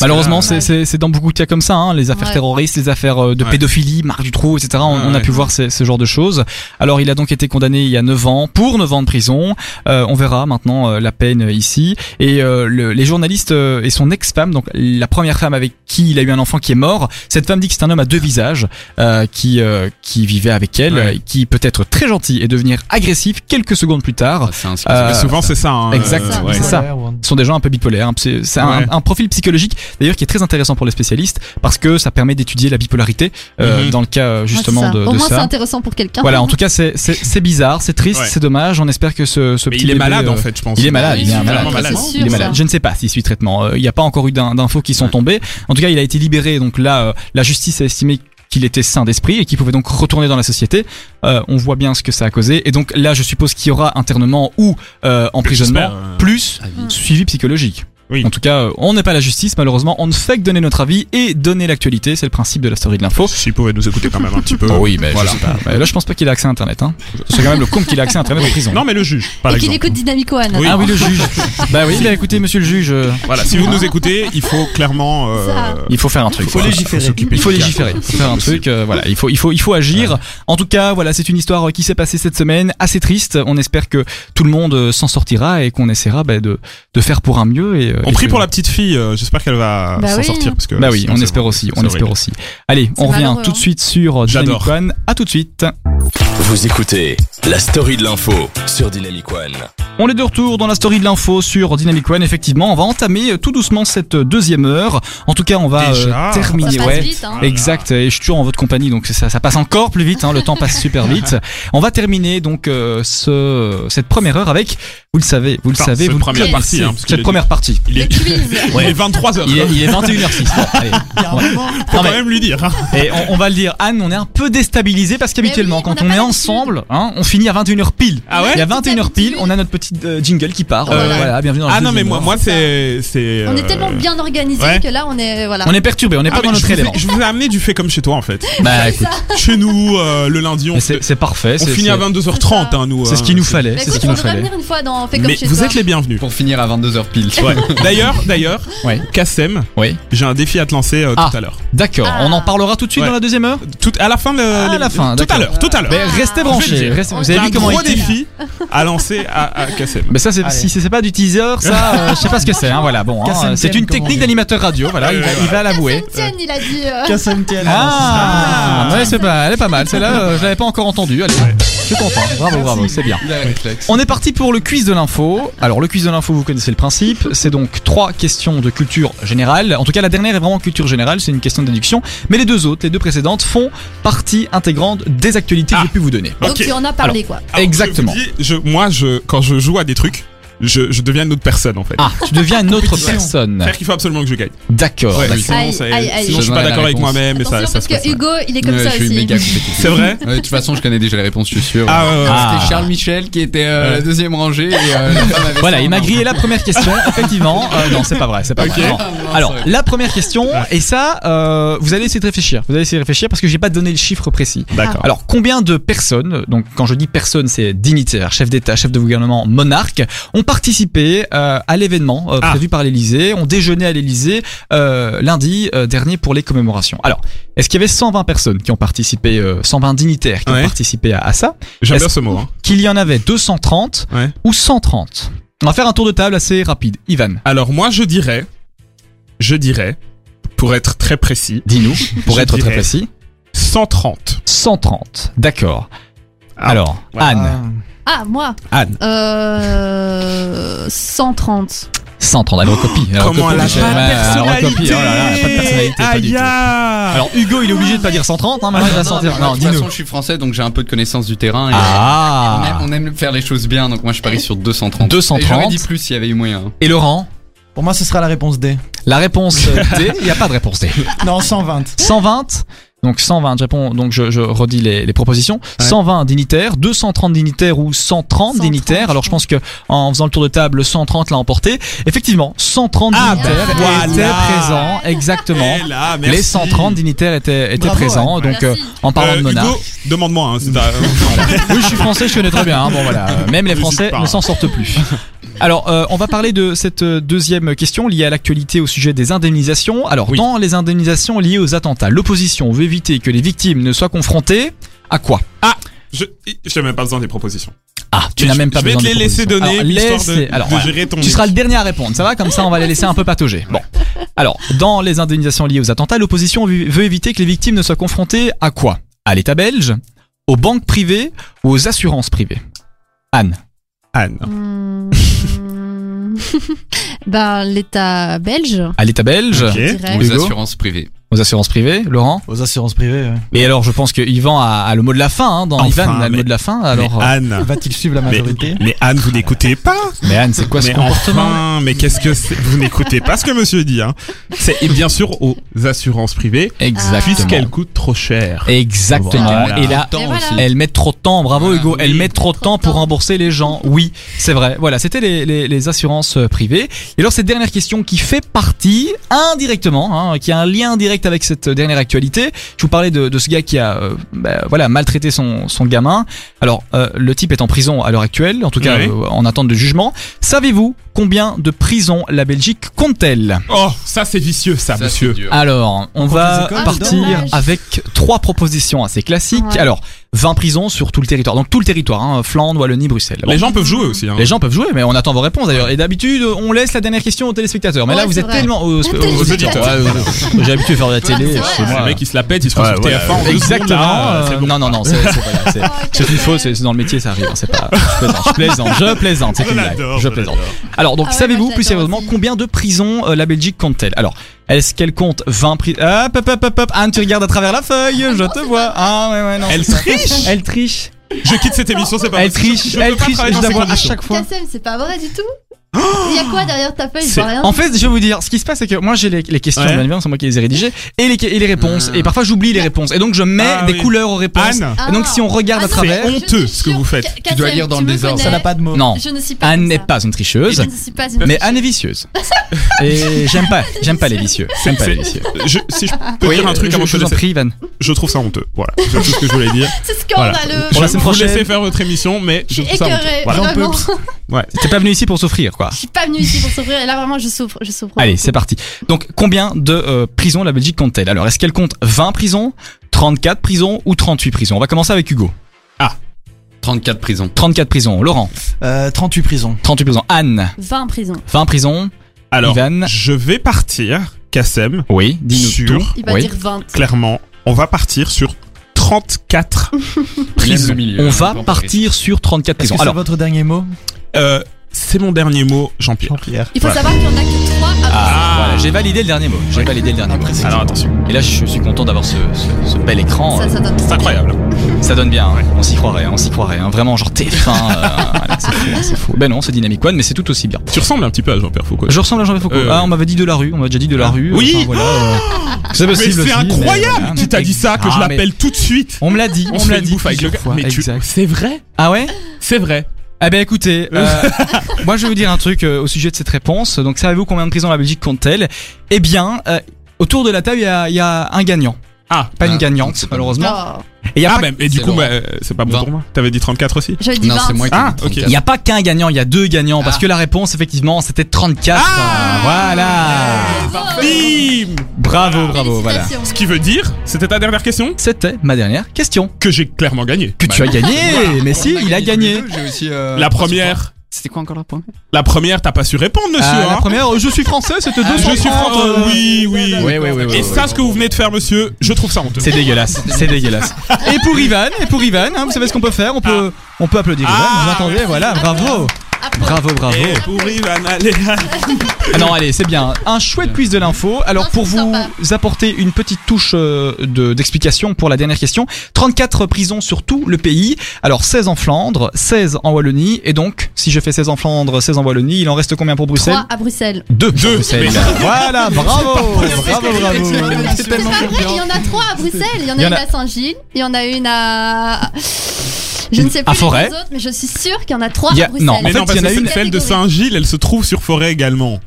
Speaker 1: Malheureusement,
Speaker 2: C'est-
Speaker 1: c'est c'est- c'est dans beaucoup de cas comme ça, hein, les affaires
Speaker 2: Ouais.
Speaker 1: terroristes, les affaires euh, de
Speaker 3: Ouais.
Speaker 1: pédophilie, Marc Dutroux, etc. On,
Speaker 3: Ouais,
Speaker 1: on a
Speaker 3: ouais.
Speaker 1: pu voir ces- ce genre de choses. Alors, il a donc été condamné il y a 9 ans pour 9 ans de prison. Euh, on verra maintenant euh, la peine euh, ici. Et euh, le- les journalistes euh, et son ex-femme, donc la première femme avec qui il a eu un enfant qui est mort, cette femme dit que c'est un homme à deux visages euh, qui euh, qui vivait avec elle,
Speaker 3: Ouais.
Speaker 1: euh, qui peut être très gentil et devenir agressif quelques secondes plus tard.
Speaker 5: Ah, c'est un sketch.
Speaker 1: Euh,
Speaker 3: Mais souvent, c'est ça. hein,
Speaker 1: exact.
Speaker 3: euh,
Speaker 1: C'est ça.
Speaker 4: Bipolaire, ou un-
Speaker 1: Ce sont des gens un peu bipolaires. hein. C'est c'est un,
Speaker 3: Ouais.
Speaker 1: un profil psychologique d'ailleurs qui est très intéressant pour les spécialistes parce que ça permet d'étudier la bipolarité euh,
Speaker 3: Mhm.
Speaker 1: dans le cas euh,
Speaker 2: Ouais,
Speaker 1: justement
Speaker 2: Ah, c'est ça.
Speaker 1: de,
Speaker 2: Au
Speaker 1: de
Speaker 2: moins c'est
Speaker 1: ça.
Speaker 2: intéressant pour quelqu'un.
Speaker 1: Voilà, en tout cas c'est- c'est c'est bizarre, c'est triste,
Speaker 3: Ouais.
Speaker 1: c'est dommage. On espère que ce, ce
Speaker 3: Mais
Speaker 1: petit
Speaker 3: il est
Speaker 1: bébé,
Speaker 3: malade,
Speaker 1: euh,
Speaker 3: en fait, je pense.
Speaker 1: il est malade, il est un malade.
Speaker 3: vraiment
Speaker 2: Ça,
Speaker 3: malade.
Speaker 2: c'est
Speaker 1: il est
Speaker 2: sûr,
Speaker 1: malade.
Speaker 2: ça.
Speaker 1: Je ne sais pas s'il suit traitement. Euh, Il n'y a pas encore eu d'in- d'infos qui sont
Speaker 5: Ouais.
Speaker 1: tombées. En tout cas, il a été libéré. Donc là, euh, la justice a estimé qu'il était sain d'esprit et qu'il pouvait donc retourner dans la société. Euh, on voit bien ce que ça a causé. Et donc là, je suppose qu'il y aura internement ou euh, emprisonnement,
Speaker 3: J'espère, euh,
Speaker 1: plus
Speaker 5: Ah oui.
Speaker 1: suivi psychologique.
Speaker 3: Oui.
Speaker 1: En tout cas, euh, on n'est pas la justice, malheureusement. On ne fait que donner notre avis et donner l'actualité. C'est le principe de la story de l'info.
Speaker 3: S'il pouvait nous écouter quand même un petit peu.
Speaker 1: Oh oui, mais je
Speaker 3: Voilà.
Speaker 1: sais pas. Mais là, je pense pas qu'il a accès à Internet. Hein. C'est quand même le con qu'il a accès à Internet en prison.
Speaker 3: Non, mais le juge, par
Speaker 2: Et qu'il
Speaker 3: exemple.
Speaker 2: écoute Dynamic One.
Speaker 3: Oui.
Speaker 1: Ah oui, le juge. bah oui, bah écoutez, monsieur le juge, euh,
Speaker 3: Voilà, si vous nous écoutez, il faut clairement. euh,
Speaker 2: Ça.
Speaker 1: il faut faire un truc.
Speaker 4: Faut
Speaker 1: quoi.
Speaker 4: légiférer.
Speaker 1: Il faut
Speaker 3: du cas.
Speaker 1: légiférer, faut faire un
Speaker 3: Possible.
Speaker 1: truc, euh, voilà, il faut, il faut, il faut agir. En tout cas, voilà, c'est une histoire euh, qui s'est passée cette semaine, assez triste. On espère que tout le monde euh, s'en sortira et qu'on essaiera bah, de, de faire pour un mieux. Et, euh,
Speaker 3: On
Speaker 1: et
Speaker 3: prie
Speaker 1: que-
Speaker 3: pour la petite fille, euh, j'espère qu'elle va
Speaker 2: Bah
Speaker 3: s'en
Speaker 2: oui.
Speaker 3: sortir. Parce que
Speaker 1: Bah oui,
Speaker 3: sinon,
Speaker 1: on
Speaker 3: c'est
Speaker 1: espère
Speaker 3: horrible.
Speaker 1: aussi,
Speaker 3: C'est
Speaker 1: on espère
Speaker 3: horrible.
Speaker 1: aussi. Allez, on
Speaker 2: C'est
Speaker 1: revient
Speaker 2: malheureux,
Speaker 1: tout de
Speaker 2: hein.
Speaker 1: suite sur Dynamic
Speaker 3: J'adore.
Speaker 1: One. À tout de suite.
Speaker 6: Vous écoutez la story de l'info sur Dynamic One.
Speaker 1: On est de retour dans la story de l'info sur Dynamic One. Effectivement, on va entamer euh, tout doucement cette euh, deuxième heure. En tout cas, on va euh,
Speaker 3: Déjà
Speaker 1: terminer.
Speaker 2: Ça passe
Speaker 1: ouais.
Speaker 2: vite, hein.
Speaker 3: Voilà.
Speaker 1: Exact, et je suis toujours en votre compagnie, donc ça, ça passe encore plus vite, hein, le temps passe super
Speaker 3: (laughs)
Speaker 1: vite. On va terminer donc euh, ce, cette première heure avec, vous le savez, vous le
Speaker 3: Enfin,
Speaker 1: savez,
Speaker 3: cette
Speaker 1: vous le
Speaker 3: première
Speaker 1: connaissez,
Speaker 3: partie, hein, parce qu'il
Speaker 1: cette
Speaker 3: est-
Speaker 1: première partie.
Speaker 3: Il
Speaker 2: Le
Speaker 3: est,
Speaker 1: (laughs)
Speaker 2: quiz.
Speaker 3: il est 23h.
Speaker 1: Il est, il est 21h06. Bon,
Speaker 3: (laughs)
Speaker 1: allez.
Speaker 4: Il y a un moment,
Speaker 3: Faut
Speaker 1: Non,
Speaker 3: quand
Speaker 1: mais-
Speaker 3: même lui dire. hein.
Speaker 1: Et on, on va le dire, Anne, on est un peu déstabilisé parce qu'habituellement,
Speaker 2: oui, on
Speaker 1: quand
Speaker 2: a
Speaker 1: on
Speaker 2: pas
Speaker 1: est
Speaker 2: l'habitude.
Speaker 1: ensemble, hein, on finit à 21h pile.
Speaker 3: Ah ouais
Speaker 1: Et à
Speaker 2: Petite
Speaker 1: 21h pile,
Speaker 2: habitude.
Speaker 1: on a notre petit euh, jingle qui part. Euh,
Speaker 2: Voilà.
Speaker 1: voilà, bienvenue dans la
Speaker 3: Ah non, mais
Speaker 1: deuxième
Speaker 3: moi,
Speaker 1: heure.
Speaker 3: moi c'est. c'est,
Speaker 2: On
Speaker 3: euh,
Speaker 2: est tellement bien organisé
Speaker 3: ouais.
Speaker 2: que là on est euh, voilà.
Speaker 1: On est perturbé, on n'est
Speaker 3: Ah,
Speaker 1: pas
Speaker 3: mais
Speaker 1: dans
Speaker 3: je,
Speaker 1: notre
Speaker 3: vous ai,
Speaker 1: élément.
Speaker 3: je vous ai amené du fait comme chez toi
Speaker 1: (laughs)
Speaker 3: en fait.
Speaker 1: Bah écoute,
Speaker 3: chez nous, euh, le lundi, on,
Speaker 1: mais c'est c'est parfait.
Speaker 3: on
Speaker 1: c'est-
Speaker 3: finit à
Speaker 1: c'est-
Speaker 3: 22h30, hein, nous.
Speaker 1: C'est ce
Speaker 3: hein.
Speaker 1: qu'il nous fallait.
Speaker 2: Bah
Speaker 1: C'est ce
Speaker 2: écoute,
Speaker 1: qu'il
Speaker 2: on
Speaker 1: nous
Speaker 2: devrait
Speaker 1: fallait.
Speaker 2: venir une fois dans Fais comme
Speaker 3: Mais
Speaker 2: chez
Speaker 3: vous
Speaker 2: toi.
Speaker 3: êtes les bienvenus.
Speaker 5: Pour finir à 22h pile.
Speaker 3: Ouais. D'ailleurs, d'ailleurs,
Speaker 1: (laughs) Ouais.
Speaker 3: Kassem,
Speaker 1: Oui.
Speaker 3: j'ai un défi à te lancer euh,
Speaker 1: Ah.
Speaker 3: tout à l'heure.
Speaker 1: D'accord,
Speaker 2: Ah.
Speaker 1: on en parlera tout de suite
Speaker 3: Ouais.
Speaker 1: dans la deuxième heure.
Speaker 3: Tout à la fin de
Speaker 1: Ah, à
Speaker 3: les-
Speaker 1: la fin,
Speaker 3: Tout à
Speaker 1: d'accord.
Speaker 3: l'heure, tout à l'heure.
Speaker 1: Mais restez branchés,
Speaker 3: dire.
Speaker 1: restez- vous avez
Speaker 2: C'est
Speaker 3: T'as un
Speaker 1: vu comment
Speaker 3: gros
Speaker 1: il
Speaker 2: était
Speaker 3: défi à lancer
Speaker 1: (laughs)
Speaker 3: à, à Kassem.
Speaker 1: mais ça, c'est,
Speaker 4: Allez.
Speaker 1: si c'est pas du teaser, ça, euh, je sais pas ce que c'est. Hein, voilà, bon, hein,
Speaker 4: Casse
Speaker 1: euh,
Speaker 4: une
Speaker 1: c'est
Speaker 4: tienne,
Speaker 1: une
Speaker 4: comme on
Speaker 1: technique
Speaker 4: dit.
Speaker 1: d'animateur radio. Voilà, il va, il va l'avouer.
Speaker 2: Tiens, il a dit. euh,
Speaker 4: qu'à SMTL,
Speaker 1: Ah, ouais, c'est pas, elle est pas mal. Celle-là, euh, je l'avais pas encore entendue. Allez, je suis content. Bravo, bravo, c'est bien.
Speaker 5: Il a un réflexe.
Speaker 1: On est parti pour le quiz de l'info. Alors le quiz de l'info, vous connaissez le principe. C'est donc trois questions de culture générale. En tout cas, la dernière est vraiment culture générale, c'est une question de déduction. Mais les deux autres, les deux précédentes, font partie intégrante des actualités
Speaker 5: Ah.
Speaker 1: que j'ai pu vous donner.
Speaker 2: Donc
Speaker 3: Ok.
Speaker 2: tu en as parlé quoi.
Speaker 3: Alors,
Speaker 1: Exactement.
Speaker 3: Je vous dis, je- moi, je, quand je joue à des trucs, je, je deviens une autre personne en fait.
Speaker 1: Ah, tu deviens une autre
Speaker 3: Compétition.
Speaker 1: personne.
Speaker 3: Faire qu'il faut absolument que je gagne.
Speaker 1: D'accord.
Speaker 3: Ouais,
Speaker 1: d'accord.
Speaker 3: sinon,
Speaker 2: Aïe,
Speaker 3: ça-
Speaker 2: aïe, aïe.
Speaker 3: sinon, je suis
Speaker 5: Je
Speaker 3: pas
Speaker 5: donnerai
Speaker 3: d'accord
Speaker 5: la
Speaker 3: avec
Speaker 5: réponse.
Speaker 3: moi-même et ça,
Speaker 2: Attention
Speaker 3: ça se
Speaker 2: parce
Speaker 3: passe.
Speaker 2: que
Speaker 3: mal.
Speaker 2: Hugo il est comme
Speaker 1: Euh,
Speaker 5: Ouais,
Speaker 2: ça
Speaker 5: je suis
Speaker 2: aussi.
Speaker 5: méga compétitif.
Speaker 3: C'est vrai
Speaker 5: Ouais, de toute façon, je connais déjà les réponses, je suis sûr.
Speaker 3: Ah ouais, ouais, ouais.
Speaker 1: Ah.
Speaker 5: C'était Charles Michel qui était euh, la deuxième rangée. Et, euh, la femme avait
Speaker 1: Voilà,
Speaker 5: ça
Speaker 1: il
Speaker 5: en
Speaker 1: m'a
Speaker 5: main.
Speaker 1: grillé la première
Speaker 4: (laughs)
Speaker 1: question, effectivement. Euh, non, c'est pas vrai, c'est pas vrai. non.
Speaker 5: Ah, mince,
Speaker 1: Alors,
Speaker 5: ouais.
Speaker 1: la première question, et ça, euh, vous allez essayer de réfléchir. Vous allez essayer de réfléchir parce que j'ai pas donné le chiffre précis.
Speaker 3: D'accord.
Speaker 1: Alors, combien de personnes, donc quand je dis personnes, c'est dignitaires, chef d'État, chef de gouvernement, monarque, ont participé euh, à l'événement euh,
Speaker 3: Ah.
Speaker 1: prévu par l'Elysée, ont déjeuné à l'Elysée euh, lundi euh, dernier pour les commémorations. Alors, est-ce qu'il y avait 120 personnes qui ont participé, euh, 120 dignitaires qui
Speaker 3: Ouais.
Speaker 1: ont participé à, à ça
Speaker 3: J'aime
Speaker 1: Est-ce-
Speaker 3: bien ce mot. hein.
Speaker 1: Qu'il y en avait 230
Speaker 3: Ouais.
Speaker 1: ou 130 On va faire un tour de table assez rapide. Ivan,
Speaker 3: Alors moi, je dirais, je dirais, pour être très précis,
Speaker 1: dis-nous, pour
Speaker 3: Je
Speaker 1: être très
Speaker 3: dirais-
Speaker 1: précis,
Speaker 3: 130.
Speaker 1: 130. D'accord.
Speaker 3: Ah.
Speaker 1: Alors,
Speaker 3: Ouais.
Speaker 1: Anne,
Speaker 2: Ah, moi
Speaker 3: Anne.
Speaker 2: Euh. 130.
Speaker 1: 130. Elle recopie. elle
Speaker 3: Comment
Speaker 1: recopie,
Speaker 3: elle a
Speaker 1: déjà.
Speaker 3: pas de
Speaker 1: Ouais,
Speaker 3: personnalité
Speaker 1: recopie. Oh là là, elle a pas de personnalité. pas du tout. Alors Hugo, il est obligé de pas dire 130, hein, maintenant il va sentir. Non,
Speaker 5: de toute
Speaker 1: dis-nous.
Speaker 5: façon, je suis français, donc j'ai un peu de connaissance du terrain. Et on, aime,
Speaker 1: Ah
Speaker 5: on aime faire les choses bien, donc moi je parie sur 230.
Speaker 1: 230.
Speaker 5: Et J'aurais dit plus s'il y avait eu moyen.
Speaker 1: Et Laurent
Speaker 4: Pour moi, ce sera la réponse D.
Speaker 1: La réponse D, il n'y a pas de réponse D.
Speaker 4: Non, 120.
Speaker 1: 120 donc 120, je réponds, donc je, je redis les, les propositions. 120 dignitaires, 230 dignitaires ou 130,
Speaker 2: 130,
Speaker 1: dignitaires. Alors je pense que en faisant le tour de table, le 130 l'a emporté. Effectivement, 130
Speaker 3: Ah,
Speaker 1: dignitaires
Speaker 3: ben
Speaker 1: étaient
Speaker 3: voilà.
Speaker 1: présents, exactement.
Speaker 3: Eh là, (laughs) merci.
Speaker 1: Les 130 dignitaires étaient, étaient
Speaker 4: Bravo,
Speaker 1: présents. Donc
Speaker 2: Merci.
Speaker 1: euh, en parlant
Speaker 3: Euh,
Speaker 1: de monarque.
Speaker 3: Hugo, demande-moi. hein, c'est
Speaker 1: (laughs)
Speaker 3: ta-
Speaker 1: Oui, je suis français, je connais très bien. hein. Bon voilà, euh, même les
Speaker 3: N'hésite
Speaker 1: Français
Speaker 3: pas.
Speaker 1: (laughs) ne s'en sortent plus. Alors, euh, on va parler de cette euh, deuxième question liée à l'actualité au sujet des indemnisations. Alors,
Speaker 3: Oui.
Speaker 1: dans les indemnisations liées aux attentats, l'opposition veut éviter que les victimes ne soient confrontées à quoi
Speaker 3: (laughs) Je j'ai même pas besoin des propositions.
Speaker 1: Ah, tu
Speaker 3: Mais
Speaker 1: n'as
Speaker 3: je-
Speaker 1: même pas
Speaker 3: je vais
Speaker 1: besoin
Speaker 3: te les
Speaker 1: de
Speaker 3: laisser
Speaker 1: proposition.
Speaker 3: donner,
Speaker 1: Alors,
Speaker 3: histoire de-
Speaker 1: laissez- alors,
Speaker 3: de
Speaker 1: voilà.
Speaker 3: gérer ton
Speaker 1: Tu
Speaker 3: mix.
Speaker 1: seras le dernier à répondre, ça va Comme ça, on va les laisser un peu patauger. Bon. Alors, dans les indemnisations liées aux attentats, l'opposition veut veut éviter que les victimes ne soient confrontées à quoi À l'État belge, aux banques privées ou aux assurances privées Anne
Speaker 3: Anne.
Speaker 2: Hmm. (laughs) ben, l'État belge.
Speaker 1: À l'État belge
Speaker 3: Ok.
Speaker 2: je dirais.
Speaker 5: Aux
Speaker 1: Hugo
Speaker 5: assurances privées.
Speaker 1: aux assurances privées, Laurent.
Speaker 4: Aux assurances privées, ouais.
Speaker 1: Mais alors, je pense que Yvan a, a le mot de la fin, hein, dans
Speaker 3: Enfin,
Speaker 1: Ivan a le
Speaker 3: mais-
Speaker 1: mot de la fin. Alors,
Speaker 3: mais Anne.
Speaker 4: Va-t-il suivre la
Speaker 3: Mais,
Speaker 4: majorité
Speaker 3: mais Anne, vous n'écoutez pas.
Speaker 1: mais Anne, c'est quoi ce
Speaker 3: mais
Speaker 1: comportement
Speaker 3: enfin, mais qu'est-ce que c'est Vous n'écoutez pas ce que monsieur dit. Hein. C'est et bien sûr aux assurances privées,
Speaker 5: Ah.
Speaker 3: puisqu'elles
Speaker 1: Exactement.
Speaker 3: coûtent trop cher.
Speaker 1: Exactement.
Speaker 3: Voilà.
Speaker 1: Et là,
Speaker 2: Et voilà.
Speaker 1: elles mettent trop de temps. Bravo
Speaker 5: Voilà.
Speaker 1: Hugo. Elles
Speaker 5: Oui.
Speaker 1: mettent trop de temps pour rembourser les gens. Oui, c'est vrai. Voilà, c'était les, les, les assurances euh, privées. Et alors cette dernière question qui fait partie indirectement, hein, qui a un lien direct avec cette dernière actualité. Je vous parlais de, de ce gars qui a euh, bah, voilà maltraité son, son gamin. Alors euh, le type est en prison à l'heure actuelle, en tout cas
Speaker 3: Oui.
Speaker 1: euh, en attente de jugement. Savez-vous combien de prisons la Belgique compte-t-elle
Speaker 3: Oh, ça c'est vicieux, ça,
Speaker 5: Ça,
Speaker 3: monsieur.
Speaker 5: c'est dur.
Speaker 1: alors, on
Speaker 4: Contre les
Speaker 1: va
Speaker 4: écoles,
Speaker 1: partir
Speaker 2: dedans. Dommage.
Speaker 1: avec trois propositions assez classiques.
Speaker 2: Ouais.
Speaker 1: Alors, 20 prisons sur tout le territoire. Donc tout le territoire, hein, Flandre, Wallonie, Bruxelles. Bon.
Speaker 3: Les gens peuvent jouer aussi. Hein.
Speaker 1: Les gens peuvent jouer, mais on attend vos réponses d'ailleurs. Et d'habitude, on laisse la dernière question aux téléspectateurs. Mais
Speaker 2: Ouais,
Speaker 1: là, vous
Speaker 2: c'est
Speaker 1: êtes
Speaker 2: vrai.
Speaker 1: tellement aux, aux-
Speaker 2: téléspectateurs.
Speaker 1: aux auditeurs. Ouais, ouais, ouais. J'ai l'habitude de faire de la télé.
Speaker 2: c'est
Speaker 1: chez
Speaker 2: vrai.
Speaker 1: moi.
Speaker 3: Le mec, il se la pète, il se retrouve
Speaker 6: Ouais,
Speaker 3: sur
Speaker 6: voilà.
Speaker 3: TF1 en deux secondes,
Speaker 1: Ah, Exactement.
Speaker 3: là,
Speaker 1: euh,
Speaker 3: c'est bon.
Speaker 1: Non, non, non, c'est c'est pas là, c'est-
Speaker 2: Oh,
Speaker 1: Ah, c'est
Speaker 2: quel
Speaker 1: une fausse,
Speaker 2: bel.
Speaker 1: c'est dans le métier, ça arrive. hein, C'est pas. Je plaisante, je plaisante, je plaisante. C'est
Speaker 3: Je
Speaker 1: une blague.
Speaker 3: l'adore,
Speaker 1: Je
Speaker 3: je
Speaker 1: plaisante.
Speaker 3: l'adore.
Speaker 1: Alors, donc,
Speaker 2: Ah ouais,
Speaker 1: savez-vous
Speaker 2: moi, je
Speaker 1: plus
Speaker 2: l'adore
Speaker 1: sérieusement
Speaker 2: aussi.
Speaker 1: combien de prisons euh, la Belgique compte-t-elle Alors, est-ce qu'elle compte 20 prisons Hop, hop, hop, hop, hop. Anne, tu regardes à travers la feuille, je te vois. Ah, ouais, ouais, non.
Speaker 3: Elle
Speaker 1: c'est ça.
Speaker 3: triche
Speaker 1: Elle triche.
Speaker 3: Je quitte cette émission, c'est pas
Speaker 1: Elle
Speaker 3: possible.
Speaker 1: triche.
Speaker 3: Je
Speaker 1: Elle
Speaker 3: peux pas
Speaker 1: triche.
Speaker 3: travailler
Speaker 1: Je
Speaker 3: dans
Speaker 1: la
Speaker 3: ces
Speaker 1: vois à
Speaker 3: conditions.
Speaker 1: chaque fois.
Speaker 2: Kassem, c'est pas vrai du tout. Il y a quoi derrière ta feuille Je
Speaker 3: C'est-
Speaker 2: vois rien.
Speaker 1: Oh En fait, je vais vous dire, ce qui se passe, c'est que moi j'ai les, les questions,
Speaker 3: Ouais.
Speaker 1: bien évidemment, c'est moi qui les ai rédigées, et les, et les réponses,
Speaker 5: Ah.
Speaker 1: et parfois j'oublie les réponses, et donc je mets
Speaker 3: Ah
Speaker 1: des
Speaker 3: oui.
Speaker 1: couleurs aux réponses.
Speaker 3: Anne,
Speaker 1: Et donc si on regarde à
Speaker 2: Ah non,
Speaker 1: travers,
Speaker 3: c'est honteux, ce que vous faites.
Speaker 2: Ka-
Speaker 3: Tu
Speaker 5: dois
Speaker 2: Kassem,
Speaker 5: lire dans
Speaker 2: tu
Speaker 5: le
Speaker 2: me
Speaker 5: désordre.
Speaker 4: Ça
Speaker 2: connais.
Speaker 4: n'a pas de mots.
Speaker 1: non,
Speaker 2: Je ne suis pas.
Speaker 1: Anne
Speaker 2: comme
Speaker 1: n'est
Speaker 2: ça.
Speaker 1: pas une tricheuse,
Speaker 2: Je ne suis pas une
Speaker 1: mais
Speaker 2: tricheuse.
Speaker 1: Anne est
Speaker 3: (laughs)
Speaker 1: vicieuse. Et j'aime pas, j'aime pas les vicieux, j'aime pas les vicieux.
Speaker 3: je, si je peux dire un truc
Speaker 1: je,
Speaker 3: avant de
Speaker 1: je vous en
Speaker 3: laisser-
Speaker 1: prie, Ivan.
Speaker 3: je trouve ça honteux. Voilà, c'est tout ce que je voulais dire.
Speaker 2: C'est scandaleux.
Speaker 1: (laughs) Pour la semaine
Speaker 3: je vous
Speaker 1: prochaine.
Speaker 3: laisser faire votre émission, mais
Speaker 2: Je
Speaker 3: je
Speaker 2: suis
Speaker 3: trouve ça honteux.
Speaker 2: écœurée.
Speaker 3: Voilà.
Speaker 2: Vraiment,
Speaker 1: T'es pas venu ici pour souffrir, quoi.
Speaker 2: je suis pas venue ici pour s'ouvrir. Et là, vraiment, je souffre. Je souffre.
Speaker 1: Allez, c'est parti. Donc, combien de euh, prisons la Belgique compte-t-elle Alors, est-ce qu'elle compte 20 prisons, 34 prisons ou 38 prisons On va commencer avec Hugo.
Speaker 5: 34 prisons.
Speaker 1: 34 prisons, Laurent.
Speaker 4: Euh, 38 prisons.
Speaker 1: 38 prisons, Anne.
Speaker 2: 20 prisons.
Speaker 1: 20 prisons,
Speaker 3: Alors,
Speaker 1: Ivan.
Speaker 3: je vais partir, Kassem,
Speaker 1: Oui, dis-nous
Speaker 3: sur,
Speaker 1: tout.
Speaker 2: Il va
Speaker 1: Oui.
Speaker 2: dire 20.
Speaker 3: clairement, on va partir sur 34 prisons.
Speaker 5: hein,
Speaker 1: On va partir sur 34
Speaker 4: Est-ce
Speaker 1: prisons.
Speaker 4: que c'est
Speaker 1: Alors,
Speaker 4: votre dernier mot,
Speaker 3: Euh, c'est mon dernier mot, Jean-Pierre.
Speaker 4: Jean-Pierre
Speaker 2: Il faut
Speaker 3: Ouais.
Speaker 2: savoir qu'il y en a que 3 à
Speaker 1: voilà, j'ai validé le dernier mot. J'ai validé le dernier mot.
Speaker 3: Alors attention,
Speaker 1: Et là, je suis content d'avoir ce, ce- ce bel écran.
Speaker 2: Ça, ça donne.
Speaker 3: c'est incroyable.
Speaker 1: Ça donne bien. hein. On s'y croirait, hein, on s'y croirait. hein. Vraiment, genre TF1.
Speaker 3: (laughs)
Speaker 1: euh, voilà, c'est fou, hein, c'est fou. Ben non, c'est Dynamic One, mais c'est tout aussi bien.
Speaker 3: Tu ressembles un petit peu à Jean-Pierre Foucault.
Speaker 1: Je ressemble à Jean-Pierre Foucault.
Speaker 3: Euh, Ah.
Speaker 1: Ah, on m'avait dit de la rue. On m'a déjà dit de la rue.
Speaker 3: Oui. Ah
Speaker 1: enfin, voilà, euh, C'est
Speaker 3: Mais
Speaker 1: possible.
Speaker 3: c'est
Speaker 1: aussi,
Speaker 3: incroyable
Speaker 1: mais voilà.
Speaker 3: Tu t'as dit ça, que je
Speaker 1: Ah, mais
Speaker 3: l'appelle tout de suite
Speaker 1: On me l'a dit.
Speaker 3: On
Speaker 1: On,
Speaker 3: se
Speaker 1: me
Speaker 3: fait
Speaker 1: l'a
Speaker 3: une
Speaker 1: dit
Speaker 3: bouffe avec le
Speaker 1: plusieurs
Speaker 3: gars.
Speaker 1: fois,
Speaker 3: Mais tu-
Speaker 1: exact.
Speaker 3: C'est vrai
Speaker 1: Ah ouais
Speaker 3: C'est vrai.
Speaker 1: Eh ben écoutez, euh, moi je vais vous dire un truc euh, au sujet de cette réponse. Donc savez-vous combien de prisons la Belgique compte-t-elle Eh bien, euh, autour de la table, il y a, il y a un gagnant.
Speaker 3: Ah.
Speaker 1: Pas une
Speaker 5: Ah,
Speaker 1: gagnante,
Speaker 5: c'est pas
Speaker 1: malheureusement.
Speaker 2: Oh.
Speaker 1: Et il y a
Speaker 3: Ah,
Speaker 1: pas-
Speaker 3: bah, et du
Speaker 5: C'est
Speaker 3: coup,
Speaker 5: Laurent.
Speaker 3: bah, euh, c'est pas bon
Speaker 5: Vingt.
Speaker 3: pour moi. T'avais dit 34 aussi
Speaker 2: Je dis
Speaker 5: Non, c'est
Speaker 2: 20.
Speaker 5: moi qui
Speaker 3: Ah,
Speaker 5: ai dit
Speaker 1: Il n'y a pas qu'un gagnant, il y a deux gagnants. Parce
Speaker 5: Ah.
Speaker 1: que la réponse, effectivement, c'était 34.
Speaker 3: Ah.
Speaker 1: voilà.
Speaker 3: Bim
Speaker 1: Bravo, bravo, voilà.
Speaker 2: Félicitations.
Speaker 3: Ce qui veut dire, c'était ta dernière question
Speaker 1: C'était ma dernière question.
Speaker 3: Que j'ai clairement gagné.
Speaker 1: Que tu as gagné. Mais si,
Speaker 5: On
Speaker 1: il a gagné.
Speaker 5: tous les deux, j'ai aussi, euh,
Speaker 3: La première,
Speaker 5: C'était quoi encore la première
Speaker 3: la première, t'as pas su répondre, monsieur.
Speaker 1: Ah, la
Speaker 3: hein.
Speaker 1: première, euh, je suis français, c'était
Speaker 5: Ah,
Speaker 3: Je
Speaker 1: 230.
Speaker 3: suis franc.
Speaker 1: euh,
Speaker 3: oui, oui.
Speaker 5: Oui, oui, oui, oui,
Speaker 3: Et
Speaker 5: oui,
Speaker 3: ça,
Speaker 5: oui.
Speaker 3: ce que vous venez de faire, monsieur, je trouve ça honteux.
Speaker 1: C'est dégueulasse, c'est dégueulasse. Et pour Ivan, et pour Ivan, hein, vous savez ce qu'on peut faire On peut, on peut applaudir Ivan.
Speaker 3: Ah,
Speaker 1: vous attendez, voilà, bravo,
Speaker 2: Après,
Speaker 1: bravo, bravo.
Speaker 3: Et pour Ivan, allez, allez.
Speaker 1: Ah non, allez, c'est bien. Un chouette quiz de l'info. Alors
Speaker 2: Non,
Speaker 1: pour
Speaker 2: c'est
Speaker 1: vous
Speaker 2: sympa.
Speaker 1: apporter une petite touche euh, de- d'explication pour la dernière question, 34 prisons sur tout le pays. Alors 16 en Flandre, 16 en Wallonie, et donc si je fais 16 en Flandre, 16 en Wallonie, il en reste combien pour Bruxelles
Speaker 2: trois à Bruxelles.
Speaker 1: Deux.
Speaker 3: Deux,
Speaker 1: Bruxelles.
Speaker 3: mais-
Speaker 2: (laughs)
Speaker 1: Voilà, bravo, bravo, bravo.
Speaker 5: C'est
Speaker 2: C'est pas vrai, il y en a trois à Bruxelles. Il y en a une à Saint-Gilles, il y en a une à. Je ne sais plus
Speaker 1: À
Speaker 2: les
Speaker 1: Forêt.
Speaker 2: deux autres, mais je suis sûre qu'il y en a trois
Speaker 1: Il y a-
Speaker 2: à Bruxelles.
Speaker 1: non, en
Speaker 3: Mais
Speaker 1: fait,
Speaker 3: non, parce
Speaker 1: il y en
Speaker 3: que
Speaker 1: a
Speaker 3: c'est-
Speaker 1: une
Speaker 3: celle de Saint-Gilles, elle se trouve sur Forêt également.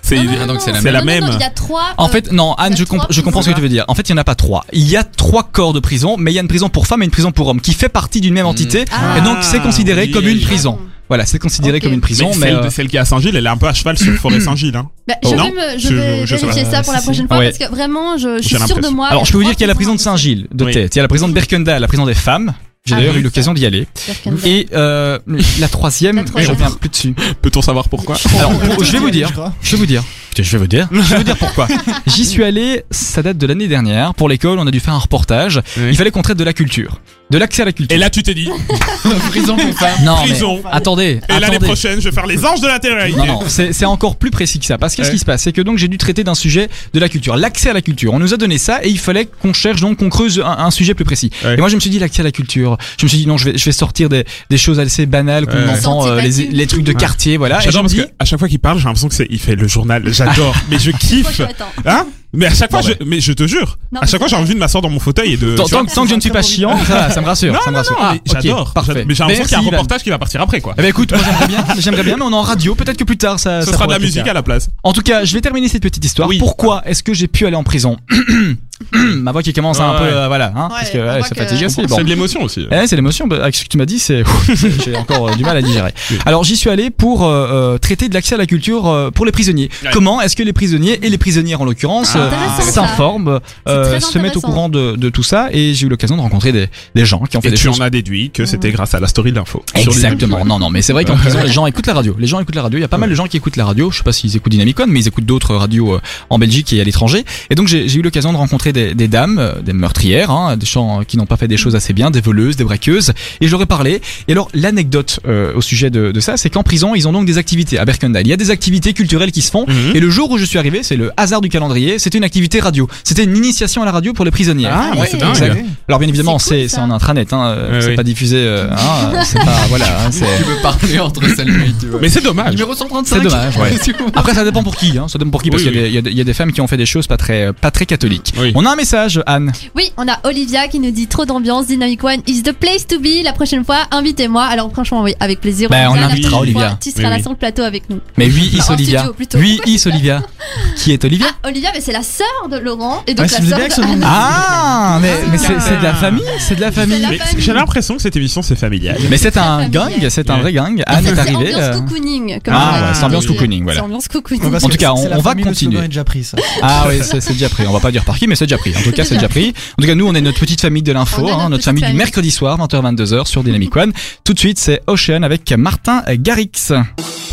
Speaker 3: C'est
Speaker 2: Non, non,
Speaker 5: Ah, donc c'est la
Speaker 2: non,
Speaker 3: même.
Speaker 2: non, non,
Speaker 3: même.
Speaker 2: Il y a trois.
Speaker 1: En
Speaker 2: euh,
Speaker 1: fait, non, Anne,
Speaker 2: il y
Speaker 1: je,
Speaker 2: a
Speaker 1: comp-
Speaker 2: trois
Speaker 1: je comprends ce que tu veux dire. En fait, il n'y en a pas trois. Il y a trois corps de prison, mais il y a une prison pour femmes et une prison pour hommes qui fait partie d'une même entité.
Speaker 2: Ah.
Speaker 1: et donc, c'est considéré
Speaker 3: Ah,
Speaker 1: comme
Speaker 3: oui.
Speaker 1: une prison. Voilà, c'est considéré
Speaker 2: Ok.
Speaker 1: comme une prison, mais.
Speaker 3: celle,
Speaker 1: euh,
Speaker 3: celle qui est à Saint-Gilles, elle est un peu à cheval sur
Speaker 1: (coughs)
Speaker 3: Forêt Saint-Gilles. Hein.
Speaker 2: bah,
Speaker 1: Oh.
Speaker 2: je
Speaker 3: Non,
Speaker 2: vais, me- je
Speaker 3: je-
Speaker 2: vais
Speaker 3: je sais
Speaker 2: vérifier
Speaker 4: pas.
Speaker 2: ça pour la
Speaker 4: Si,
Speaker 2: prochaine
Speaker 4: si.
Speaker 2: fois
Speaker 1: Ouais.
Speaker 2: parce que vraiment, je, je
Speaker 3: J'ai
Speaker 2: suis sûre de
Speaker 3: l'impression.
Speaker 2: moi.
Speaker 1: Alors, je peux vous
Speaker 2: Ah, crois
Speaker 1: dire qu'il y a la
Speaker 2: qu'ils
Speaker 1: prison
Speaker 2: sont
Speaker 1: de Saint-Gilles, de
Speaker 3: Oui.
Speaker 1: tête. Il y a la prison de Berkenda, la prison des femmes. J'ai
Speaker 2: Ah
Speaker 1: d'ailleurs
Speaker 2: oui,
Speaker 1: eu l'occasion d'y aller.
Speaker 2: Berkendal.
Speaker 1: Et euh, la troisième,
Speaker 2: La troisième.
Speaker 1: je reviens
Speaker 2: (laughs)
Speaker 1: plus dessus.
Speaker 3: Peut-on savoir pourquoi
Speaker 1: Alors, pour- je vais vous dire. Je vais vous dire. Je vais vous dire. Je vais vous dire pourquoi. J'y suis allé, ça date de l'année dernière. Pour l'école, on a dû faire un reportage.
Speaker 3: Oui.
Speaker 1: Il fallait qu'on traite de la culture, de l'accès à la culture.
Speaker 3: Et là, tu t'es dit,
Speaker 5: Prison pour femmes.
Speaker 1: non, mais-
Speaker 3: prison.
Speaker 1: Attendez,
Speaker 3: Et l'année
Speaker 1: attendez.
Speaker 3: prochaine, je vais faire les anges de la télé
Speaker 1: Non, non, c'est c'est encore plus précis que ça. Parce que qu'est-ce
Speaker 3: Ouais.
Speaker 1: qui se passe C'est que donc j'ai dû traiter d'un sujet de la culture, l'accès à la culture. On nous a donné ça et il fallait qu'on cherche, donc qu'on creuse un, un sujet plus précis.
Speaker 3: Ouais.
Speaker 1: Et moi je me suis dit l'accès à la culture. Je me suis dit non, je vais, je vais sortir des, des choses assez banales qu'on
Speaker 3: Ouais.
Speaker 1: entend, euh, les, les trucs de
Speaker 3: Ouais.
Speaker 1: quartier, voilà. Ah, Et je
Speaker 3: J'adore
Speaker 1: me
Speaker 3: parce
Speaker 1: dis,
Speaker 3: qu'à chaque fois qu'il parle, j'ai l'impression que c'est, il fait le journal. J'adore,
Speaker 1: Ah.
Speaker 3: mais je
Speaker 2: Moi,
Speaker 3: kiffe.
Speaker 2: je m'attends.
Speaker 3: Hein Mais à chaque fois,
Speaker 1: Bon,
Speaker 3: je, mais je te jure,
Speaker 2: Non,
Speaker 3: à chaque
Speaker 2: mais
Speaker 3: fois, j'ai envie de m'asseoir dans mon fauteuil et de.
Speaker 1: tant,
Speaker 3: tu vois,
Speaker 1: tant- tant que je ne suis pas chiant, ça, va, ça me rassure.
Speaker 3: euh, Non,
Speaker 1: ça me
Speaker 3: non,
Speaker 1: rassure.
Speaker 3: non, mais
Speaker 1: Ah, ok,
Speaker 3: j'adore.
Speaker 1: parfait.
Speaker 3: j'adore. Mais j'ai l'impression qu'il y a un
Speaker 1: Merci, Ivan.
Speaker 3: reportage qui va partir après, quoi.
Speaker 1: Eh ben écoute, moi j'aimerais bien, j'aimerais bien, mais on est en radio, peut-être que plus tard ça. ça
Speaker 3: Ce sera de
Speaker 1: pourrait
Speaker 3: la
Speaker 1: être
Speaker 3: musique
Speaker 1: bien.
Speaker 3: à la place.
Speaker 1: En tout cas, je vais terminer cette petite histoire.
Speaker 3: Oui.
Speaker 1: Pourquoi est-ce que j'ai pu aller en prison (coughs) Ma voix qui commence à un
Speaker 3: Ouais,
Speaker 1: peu,
Speaker 3: ouais.
Speaker 1: euh, voilà, hein,
Speaker 2: Ouais,
Speaker 1: parce que
Speaker 2: on
Speaker 1: ouais,
Speaker 2: voit
Speaker 1: ça
Speaker 2: que-
Speaker 1: fatigue assez. bon.
Speaker 3: C'est de l'émotion aussi.
Speaker 1: Eh, c'est l'émotion. bah, avec ce que tu m'as dit, c'est (laughs) j'ai encore euh, du mal à digérer.
Speaker 3: Oui.
Speaker 1: Alors j'y suis allé pour euh, euh, traiter de l'accès à la culture euh, pour les prisonniers.
Speaker 3: Ouais.
Speaker 1: Comment est-ce que les prisonniers et les prisonnières en l'occurrence euh,
Speaker 2: Ah. Intéressant, ça.
Speaker 1: s'informent,
Speaker 2: C'est
Speaker 1: euh,
Speaker 2: très
Speaker 1: se mettent au
Speaker 2: intéressant.
Speaker 1: courant de, de tout ça Et j'ai eu l'occasion de rencontrer des, des gens qui ont fait
Speaker 3: Et
Speaker 1: des
Speaker 3: tu
Speaker 1: choses.
Speaker 3: en as déduit que c'était grâce à la story de l'info. Sur les-
Speaker 1: Exactement. Non, non, mais c'est vrai qu'en prison, les gens écoutent la radio. Les gens écoutent la radio. Il y a pas mal de gens qui écoutent la radio. Je sais pas s'ils écoutent Dynamicon, mais ils écoutent d'autres radios euh, en Belgique et à l'étranger. Et donc, j'ai j'ai eu l'occasion de rencontrer des, des dames, euh, des meurtrières, hein, des gens qui n'ont pas fait des choses assez bien, des voleuses, des braqueuses. Et je leur ai parlé. Et alors, l'anecdote euh, au sujet de, de ça, c'est qu'en prison, ils ont donc des activités à Berkendal. Il y a des activités culturelles qui se font.
Speaker 3: Mhm.
Speaker 1: Et le jour où je suis arrivé, c'est le hasard du calendrier, c'était une activité radio. C'était une initiation à la radio pour les prisonniers.
Speaker 3: Ah, mais c'est
Speaker 2: Ouais.
Speaker 3: dingue.
Speaker 1: Exact. Alors bien évidemment,
Speaker 2: C'est cool,
Speaker 1: c'est
Speaker 2: ça.
Speaker 1: c'est en intranet, hein, euh,
Speaker 3: Ouais,
Speaker 1: c'est
Speaker 3: oui.
Speaker 1: pas diffusé, euh,
Speaker 3: (laughs)
Speaker 1: hein, euh, c'est pas voilà, hein, c'est.
Speaker 5: (laughs) Tu peux parler entre celles
Speaker 3: (laughs)
Speaker 5: tu vois.
Speaker 3: Mais c'est dommage.
Speaker 5: Numéro 135.
Speaker 1: C'est dommage,
Speaker 3: (laughs)
Speaker 1: ouais. Après, ça dépend pour qui, hein, ça dépend pour qui, parce
Speaker 3: Oui,
Speaker 1: qu'il y, a des- il y a des- il y a des femmes qui ont fait des choses pas très, pas très catholiques.
Speaker 3: Oui.
Speaker 1: On a un message, Anne.
Speaker 2: Oui, on a Olivia qui nous dit trop d'ambiance. Dynamic One is the place to be. La prochaine fois, invitez-moi. Alors, franchement, oui, avec plaisir.
Speaker 1: Bah, on
Speaker 2: la
Speaker 1: invitera
Speaker 2: prochaine
Speaker 1: Olivia.
Speaker 2: fois, Tu
Speaker 3: Oui,
Speaker 2: seras là
Speaker 3: oui.
Speaker 2: sur le plateau avec nous.
Speaker 1: Mais oui, is
Speaker 2: En
Speaker 1: Olivia.
Speaker 2: studio, plutôt.
Speaker 1: Oui, is Olivia. Qui est Olivia
Speaker 2: Ah, Olivia, mais c'est la sœur de Laurent. Et
Speaker 4: Ouais,
Speaker 2: donc,
Speaker 4: c'est
Speaker 2: la sœur
Speaker 4: bien que ce nom
Speaker 2: de-
Speaker 4: de-
Speaker 1: Ah, mais, mais c'est c'est de la famille, c'est de la famille.
Speaker 2: la
Speaker 3: Mais
Speaker 2: famille.
Speaker 3: J'ai l'impression que cette émission, c'est familial.
Speaker 1: Mais c'est un
Speaker 2: famille.
Speaker 1: gang, c'est un vrai gang.
Speaker 2: Ah,
Speaker 1: Anne
Speaker 2: ça,
Speaker 1: est
Speaker 2: c'est
Speaker 1: arrivée.
Speaker 2: ambiance
Speaker 1: euh,
Speaker 2: cocooning.
Speaker 1: Ah,
Speaker 2: comme on
Speaker 1: ouais,
Speaker 2: dit.
Speaker 1: c'est ambiance cocooning, voilà.
Speaker 2: C'est ambiance cocooning.
Speaker 4: Ouais, parce
Speaker 1: En
Speaker 4: que
Speaker 1: tout cas,
Speaker 4: c'est
Speaker 1: on-
Speaker 4: la
Speaker 1: on va
Speaker 4: famille de
Speaker 1: continuer.
Speaker 4: Slogan et Japri, ça.
Speaker 1: Ah oui, c'est c'est déjà pris. On va pas dire par qui, mais c'est déjà pris. En tout cas, c'est déjà pris. En tout cas, nous, on est notre petite famille de
Speaker 2: On
Speaker 1: l'info,
Speaker 2: est
Speaker 1: hein,
Speaker 2: notre
Speaker 1: notre
Speaker 2: petite
Speaker 1: famille, du
Speaker 2: famille.
Speaker 1: mercredi soir, 20h-22h sur Dynamic One. Tout de suite, c'est Ocean avec Martin Garrix.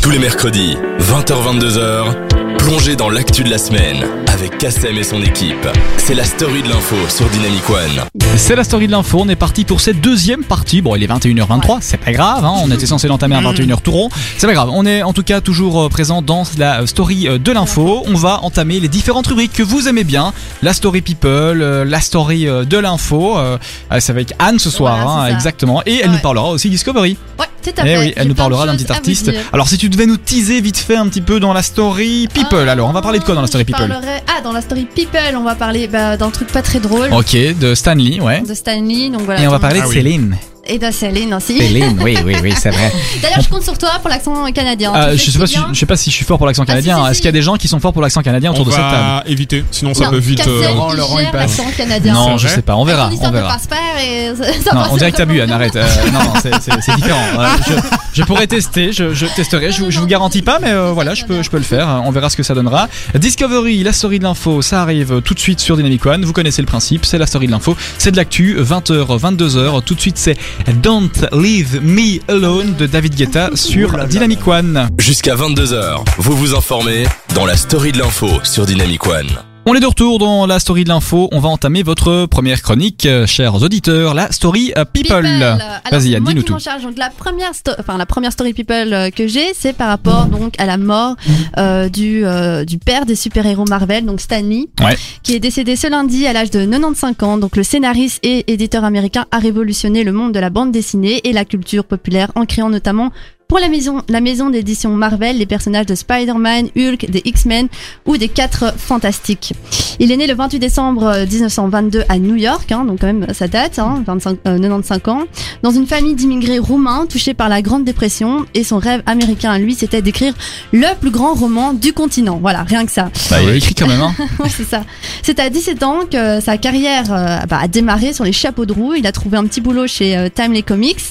Speaker 6: Tous les mercredis, 20h-22h, plongez dans l'actu de la semaine avec Kassem et son équipe. C'est la story de l'info sur Dynamic One.
Speaker 1: C'est la story de l'info. On est parti pour cette deuxième partie. Bon, il est 21h23, c'est pas grave. hein, on était censé l'entamer à
Speaker 2: Mm.
Speaker 1: 21h tout rond. C'est pas grave. On est en tout cas toujours euh, présent dans la euh, story euh, de l'info. On va entamer les différentes rubriques que vous aimez bien. La story people, euh, la story euh, de l'info. euh, euh, c'est avec Anne ce soir,
Speaker 2: Voilà,
Speaker 1: hein,
Speaker 2: c'est ça.
Speaker 1: exactement. Et elle
Speaker 2: Ouais.
Speaker 1: nous parlera aussi Discovery.
Speaker 2: Ouais, tout à
Speaker 1: Eh
Speaker 2: fait.
Speaker 1: oui,
Speaker 2: J'ai
Speaker 1: elle nous
Speaker 2: plein de
Speaker 1: parlera d'un
Speaker 2: choses
Speaker 1: petit
Speaker 2: à vous
Speaker 1: artiste.
Speaker 2: dire.
Speaker 1: Alors si tu devais nous teaser vite fait un petit peu dans la story People, alors on va parler de quoi dans la story
Speaker 2: Ah. Je
Speaker 1: People
Speaker 2: parlerai- Ah, dans la story People, on va parler bah, d'un truc pas très drôle.
Speaker 1: Ok, de Stanley, ouais.
Speaker 2: De Stanley, donc voilà.
Speaker 1: Et on va
Speaker 2: donc-
Speaker 1: parler
Speaker 3: Ah
Speaker 1: de
Speaker 3: oui.
Speaker 1: Céline.
Speaker 2: et de Céline aussi.
Speaker 7: Céline, oui, oui, oui, c'est
Speaker 2: (laughs)
Speaker 7: vrai.
Speaker 2: D'ailleurs, je compte sur toi pour l'accent canadien.
Speaker 1: Ah,
Speaker 2: Tu
Speaker 1: je
Speaker 2: fais
Speaker 1: sais pas si
Speaker 2: bien.
Speaker 1: je sais pas si je suis fort pour l'accent
Speaker 2: Ah, si,
Speaker 1: canadien.
Speaker 2: si,
Speaker 1: hein. Est-ce
Speaker 2: si.
Speaker 1: qu'il y a des gens qui sont forts pour l'accent canadien
Speaker 3: On
Speaker 1: autour de cette table
Speaker 3: va éviter, sinon ça
Speaker 2: Non,
Speaker 3: peut vite.
Speaker 2: Cassel,
Speaker 3: euh,
Speaker 2: il
Speaker 5: Laurent, Laurent, il
Speaker 2: gère
Speaker 5: passe.
Speaker 2: l'accent canadien.
Speaker 1: Non, je
Speaker 3: vrai
Speaker 1: sais pas. On verra,
Speaker 2: Ton histoire
Speaker 1: on verra.
Speaker 2: de passe-père (laughs) et ça- ça
Speaker 1: Non,
Speaker 2: passe
Speaker 1: on dirait que t'abues,
Speaker 2: vraiment
Speaker 1: Anne,
Speaker 2: bien.
Speaker 1: arrête. Euh, non, non, c'est- c'est c'est différent. Euh, je, je pourrais tester, je, je testerai. Je, vous- je vous garantis pas, mais euh, voilà, je peux, je peux le faire. On verra ce que ça donnera. Discovery, la story de l'info, ça arrive tout de suite sur Dynamic One. Vous connaissez le principe, c'est la story de l'info, c'est de l'actu, 20h, 22h. Tout de suite, c'est Don't Leave Me Alone de David Guetta
Speaker 4: Ouh là
Speaker 1: sur
Speaker 4: là
Speaker 1: Dynamic One.
Speaker 6: Jusqu'à 22h, vous vous informez dans la story de l'info sur Dynamic One.
Speaker 1: On est de retour dans la story de l'info. On va entamer votre première chronique, euh, chers auditeurs, la story euh, People.
Speaker 2: Alors,
Speaker 1: Vas-y,
Speaker 2: c'est
Speaker 1: Anne,
Speaker 2: moi
Speaker 1: dis-nous
Speaker 2: qui m'en
Speaker 1: tout.
Speaker 2: charge. Donc la première, sto- enfin la première story people euh, que j'ai, c'est par rapport donc à la mort euh, du euh, du père des super héros Marvel, donc Stan Lee,
Speaker 1: Ouais.
Speaker 2: qui est décédé ce lundi à l'âge de 95 ans. Donc le scénariste et éditeur américain a révolutionné le monde de la bande dessinée et la culture populaire en créant notamment pour la maison, la maison d'édition Marvel, les personnages de Spider-Man, Hulk, des X-Men ou des Quatre Fantastiques. Il est né le 28 décembre euh, 1922 à New York, hein, donc quand même ça date, hein, 25, euh, 95 ans, dans une famille d'immigrés roumains touchés par la Grande Dépression et son rêve américain à lui c'était d'écrire le plus grand roman du continent. Voilà, rien que ça. (laughs)
Speaker 1: Bah, il a écrit quand même, hein.
Speaker 2: Ouais, c'est ça. C'est à 17 ans que sa carrière euh, bah, a démarré sur les chapeaux de roue. Il a trouvé un petit boulot chez euh, Timely Comics.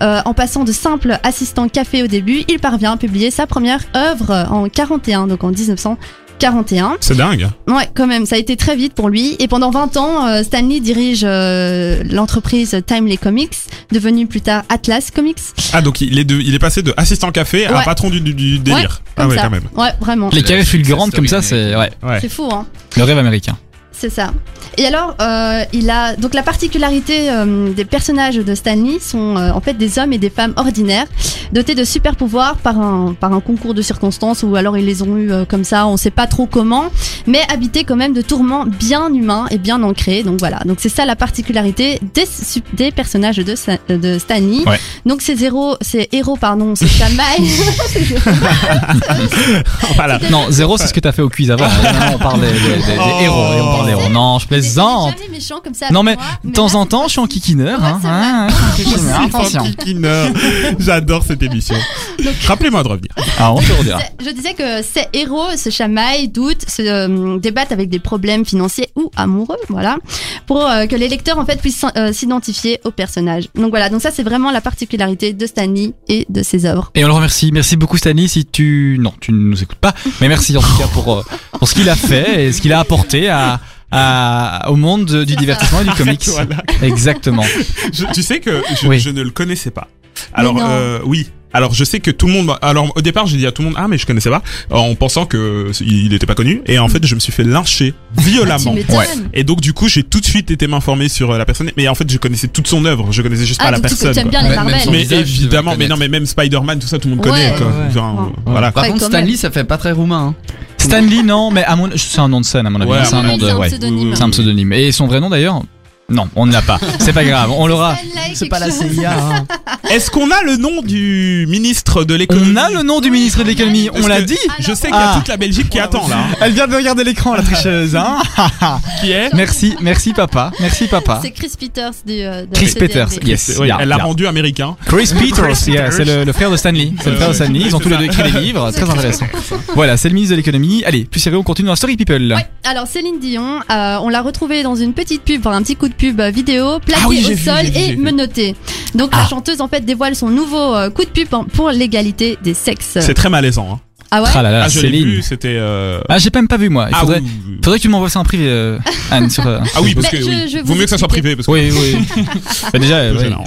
Speaker 2: Euh, en passant de simple assistant café au début, il parvient à publier sa première œuvre euh, en 41, donc en 1941.
Speaker 3: C'est dingue.
Speaker 2: Ouais, quand même, ça a été très vite pour lui. Et pendant 20 ans, euh, Stanley dirige euh, l'entreprise Timely Comics, devenue plus tard Atlas Comics.
Speaker 3: Ah, donc il est, de- il est passé de assistant café à
Speaker 2: Ouais.
Speaker 3: patron du, du- du délire.
Speaker 2: Comme
Speaker 3: ah, ouais,
Speaker 2: ça.
Speaker 3: quand même.
Speaker 2: Ouais, vraiment.
Speaker 1: Les carrés fulgurantes comme ça,
Speaker 5: story,
Speaker 1: c'est ouais,
Speaker 3: Ouais.
Speaker 2: C'est fou, hein.
Speaker 1: le rêve américain.
Speaker 2: C'est ça. Et alors, euh, il a donc la particularité euh, des personnages de Stanley sont euh, en fait des hommes et des femmes ordinaires, dotés de super pouvoirs par un par un concours de circonstances ou alors ils les ont eu comme ça, on sait pas trop comment, mais habités quand même de tourments bien humains et bien ancrés. Donc voilà, donc c'est ça la particularité des su- des personnages de Sa- euh, de Stanley.
Speaker 1: Ouais.
Speaker 2: Donc ces héros, ces héros pardon, se
Speaker 1: (laughs)
Speaker 2: chamaillent.
Speaker 3: Voilà.
Speaker 1: Non, zéro, c'est ce que t'as fait au quiz avant. Non, on parle des, des- des- des
Speaker 3: Oh.
Speaker 1: héros et on parle des héros. Non, je plaisante.
Speaker 2: Jamais méchant comme ça.
Speaker 1: Non,
Speaker 2: avec
Speaker 1: mais
Speaker 2: moi,
Speaker 1: de temps
Speaker 2: là,
Speaker 1: en temps, je suis en kikineur. Hein,
Speaker 2: Ouais, c'est
Speaker 1: hein, hein, je suis en kikineur, attention.
Speaker 3: Kikineur. (laughs) J'adore cette émission. Rappelez-moi de revenir.
Speaker 1: Ah, on te redira.
Speaker 2: C'est- Je disais que ces héros se chamaillent, doutent, se euh, débattent avec des problèmes financiers ou amoureux, voilà, pour euh, que les lecteurs en fait puissent s'in- euh, s'identifier au personnage. Donc voilà, donc ça c'est vraiment la particularité de Stanley et de ses œuvres.
Speaker 1: Et on le remercie. Merci beaucoup, Stanley. Si tu. Non, tu ne nous écoutes pas. Mais merci en tout cas pour, euh, pour ce qu'il a fait et ce qu'il a apporté à, à, au monde de- du divertissement et du
Speaker 3: (laughs)
Speaker 1: comics.
Speaker 3: Voilà.
Speaker 1: Exactement.
Speaker 3: Je- tu sais que je,
Speaker 1: Oui.
Speaker 3: je ne le connaissais pas. Alors
Speaker 2: non.
Speaker 3: euh, oui. Alors je sais que tout le monde. m'a- Alors au départ j'ai dit à tout le monde ah mais je connaissais pas en pensant que c- il n'était pas connu et en fait je me suis fait lyncher
Speaker 2: Ah, Tu
Speaker 3: violemment.
Speaker 2: m'étonnes.
Speaker 1: Ouais.
Speaker 3: Et donc du coup j'ai tout de suite été m'informé sur euh, la personne. Mais en fait je connaissais toute son œuvre. Je connaissais juste
Speaker 2: Ah,
Speaker 3: pas la
Speaker 2: donc tu-
Speaker 3: personne.
Speaker 2: tu aimes bien
Speaker 3: quoi.
Speaker 2: les
Speaker 5: Ouais,
Speaker 2: Marvel.
Speaker 5: même son
Speaker 3: Mais
Speaker 5: visage, tu devrais
Speaker 3: évidemment, mais non,
Speaker 5: connaître.
Speaker 3: mais même Spider-Man, tout ça, tout le monde
Speaker 2: Ouais.
Speaker 3: connaît. quoi.
Speaker 4: Ouais, ouais.
Speaker 3: Enfin,
Speaker 2: Ouais.
Speaker 3: Voilà.
Speaker 1: Bah,
Speaker 5: Par
Speaker 2: Ouais,
Speaker 5: contre,
Speaker 2: quand
Speaker 5: Stanley,
Speaker 2: même.
Speaker 5: ça fait pas très roumain. hein.
Speaker 1: Stanley, non, mais à mon. C'est un nom de scène, à mon avis.
Speaker 3: Ouais,
Speaker 1: c'est un nom de.
Speaker 2: C'est un
Speaker 1: Ouais.
Speaker 2: pseudonyme.
Speaker 1: C'est un pseudonyme. Et son vrai nom d'ailleurs Non, on ne l'a pas. C'est pas grave. On l'aura.
Speaker 2: Stanley,
Speaker 4: Ah. C'est pas la
Speaker 2: quelque chose.
Speaker 4: CIA. hein.
Speaker 3: Est-ce qu'on a le nom du ministre de l'économie
Speaker 1: On a le nom du ministre de l'économie. On
Speaker 3: Parce
Speaker 1: l'a
Speaker 3: que
Speaker 1: dit.
Speaker 3: Je sais qu'il y
Speaker 1: Ah.
Speaker 3: a toute la Belgique qui attend là.
Speaker 1: Elle vient de regarder l'écran, la tricheuse,
Speaker 3: (laughs)
Speaker 1: hein Qui est Merci, merci papa, merci papa.
Speaker 2: C'est Chris Peters du. euh, de
Speaker 1: Chris
Speaker 2: CDRD.
Speaker 1: Peters, yes.
Speaker 3: Oui,
Speaker 1: yeah,
Speaker 3: elle l'a
Speaker 1: yeah.
Speaker 3: rendu américain.
Speaker 1: Chris Peters, yeah,
Speaker 3: Peters. Euh,
Speaker 1: c'est le, le frère de Stanley. C'est le frère de Stanley. Ils ont tous les deux écrit des
Speaker 3: (laughs)
Speaker 1: livres, très intéressant. Voilà, c'est le ministre de l'économie. Allez, plus sérieux, on continue dans la story people.
Speaker 2: Ouais. Alors Céline Dion, euh, on l'a retrouvée dans une petite pub, enfin, un petit coup de pub euh, vidéo, plaquée
Speaker 3: Ah oui,
Speaker 2: au
Speaker 3: j'ai vu,
Speaker 2: sol
Speaker 3: j'ai vu,
Speaker 2: et
Speaker 3: j'ai vu. Ah.
Speaker 2: menottée. Donc la chanteuse en fait dévoile son nouveau euh, coup de pub en- pour l'égalité des sexes.
Speaker 3: C'est très malaisant. Hein.
Speaker 2: Ah ouais.
Speaker 1: Ah là là,
Speaker 3: ah, je l'ai
Speaker 1: Euh. Céline.
Speaker 3: vu, c'était. Euh...
Speaker 1: Ah, j'ai même pas vu moi. Il
Speaker 3: ah,
Speaker 1: faudrait,
Speaker 3: oui, oui, oui.
Speaker 1: faudrait que tu m'envoies ça en privé, euh, Anne. Sur, euh,
Speaker 3: Ah oui, parce
Speaker 2: Mais
Speaker 3: que
Speaker 2: je-
Speaker 3: oui.
Speaker 2: je vais
Speaker 3: vaut
Speaker 2: vous
Speaker 3: mieux que ça soit
Speaker 2: expliquer.
Speaker 3: privé parce que
Speaker 1: Oui, oui. Bah, déjà,
Speaker 3: (laughs) c'est
Speaker 1: euh, ouais.
Speaker 3: gênant.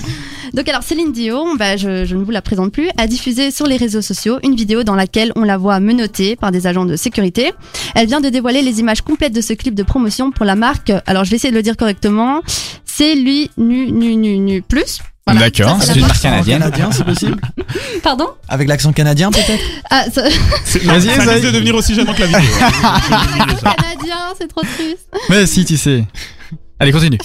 Speaker 2: Donc alors Céline Dion, bah, je, je ne vous la présente plus, a diffusé sur les réseaux sociaux une vidéo dans laquelle on la voit menottée par des agents de sécurité. Elle vient de dévoiler les images complètes de ce clip de promotion pour la marque. Alors je vais essayer de le dire correctement. C'est lui nu nu nu nu plus. Voilà.
Speaker 1: D'accord, c'est
Speaker 2: Ça, c'est
Speaker 1: une
Speaker 2: la
Speaker 1: marque canadienne.
Speaker 4: Canadien, c'est possible
Speaker 2: marque. Pardon
Speaker 4: (laughs) Avec l'accent canadien peut-être
Speaker 2: Ah, (laughs) ça-
Speaker 3: C'est-
Speaker 1: Vas-y,
Speaker 3: ça
Speaker 1: essaye.
Speaker 3: risque de
Speaker 2: Ah,
Speaker 3: devenir aussi gênant que la vidéo.
Speaker 2: canadien, c'est trop triste.
Speaker 1: Mais si, tu sais. Allez, continue.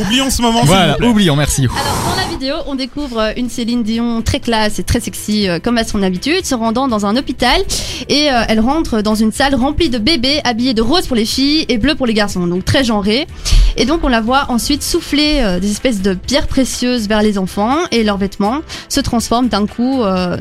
Speaker 3: Oublions ce moment. s'il vous
Speaker 1: Voilà,
Speaker 3: plaît.
Speaker 1: oublions, merci.
Speaker 2: Alors, dans la vidéo, on découvre euh, une Céline Dion très classe et très sexy, euh, comme à son habitude, se rendant dans un hôpital. Et euh, elle rentre dans une salle remplie de bébés, habillés de rose pour les filles et bleu pour les garçons, donc très genré. Et donc, on la voit ensuite souffler euh, des espèces de pierres précieuses vers les enfants et leurs vêtements se transforment d'un coup euh,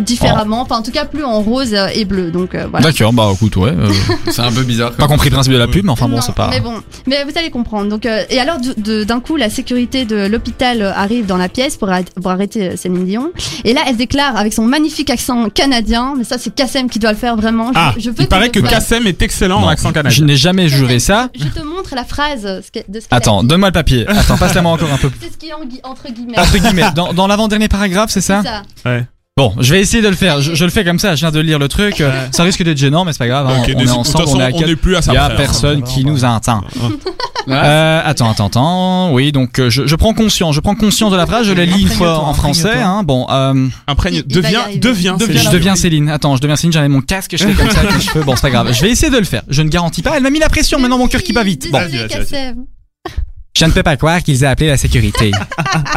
Speaker 2: différemment, enfin, en tout cas, plus en rose euh, et bleu. Donc, euh, voilà.
Speaker 1: D'accord, bah écoute, ouais.
Speaker 2: (laughs)
Speaker 1: euh,
Speaker 5: C'est un peu bizarre.
Speaker 1: pas compris le principe de la pub, mais enfin bon,
Speaker 2: Non,
Speaker 1: c'est pas.
Speaker 2: Mais bon, mais vous allez comprendre. Donc, euh, et alors, du- de- d'un coup, la sécurité de l'hôpital euh, arrive dans la pièce pour, arrêter- pour arrêter euh, Céline Dion. Et là, elle déclare avec son magnifique accent canadien, mais ça, c'est Kassem qui doit le faire vraiment. Je-
Speaker 3: Ah,
Speaker 2: je veux
Speaker 3: il paraît
Speaker 2: me
Speaker 3: que
Speaker 2: fasse-
Speaker 3: Kassem est excellent en
Speaker 1: Non,
Speaker 3: accent
Speaker 1: Je
Speaker 3: canadien.
Speaker 1: n'ai jamais juré ça.
Speaker 2: Je te montre la phrase euh, ce que- de ce qu'elle a
Speaker 1: Attends,
Speaker 2: dit.
Speaker 1: donne-moi le papier. Attends, passe-la moi encore un peu.
Speaker 2: C'est ce qui est en gui- entre guillemets.
Speaker 1: Entre guillemets, dans, dans l'avant-dernier paragraphe, c'est Ah, ça
Speaker 2: C'est ça.
Speaker 1: Bon, je vais essayer de le faire. Je, je le fais comme ça, je viens de lire le truc. euh, Ça risque d'être gênant, mais c'est pas grave. hein,
Speaker 3: Ok,
Speaker 1: on est
Speaker 3: désolé.
Speaker 1: ensemble,
Speaker 3: De toute
Speaker 1: on est à
Speaker 3: façon, on
Speaker 1: quatre.
Speaker 3: n'est plus à
Speaker 1: Il
Speaker 3: ça.
Speaker 1: y a
Speaker 3: près, hein.
Speaker 1: personne qui nous attend.
Speaker 5: Ah,
Speaker 1: Euh, attends, attends, attends. Oui, donc euh, je, je prends conscience, je prends conscience de la phrase, je la lis une fois en français. Hein, bon, euh,
Speaker 3: Imprègne,
Speaker 2: Il- il va y
Speaker 3: deviens,
Speaker 2: arriver.
Speaker 3: deviens,
Speaker 1: je
Speaker 3: Céline.
Speaker 1: deviens Céline. Attends, je deviens Céline. J'avais mon casque, je fais comme ça avec les (laughs) cheveux. Bon, c'est pas grave. Je vais essayer de le faire. Je ne garantis pas. Elle m'a mis la pression. Maintenant, mon cœur qui bat vite. Bon,
Speaker 2: Désolé,
Speaker 3: Vas-y, vas-y, vas-y.
Speaker 2: Kassem.
Speaker 1: je ne peux pas croire qu'ils aient appelé la (laughs) sécurité.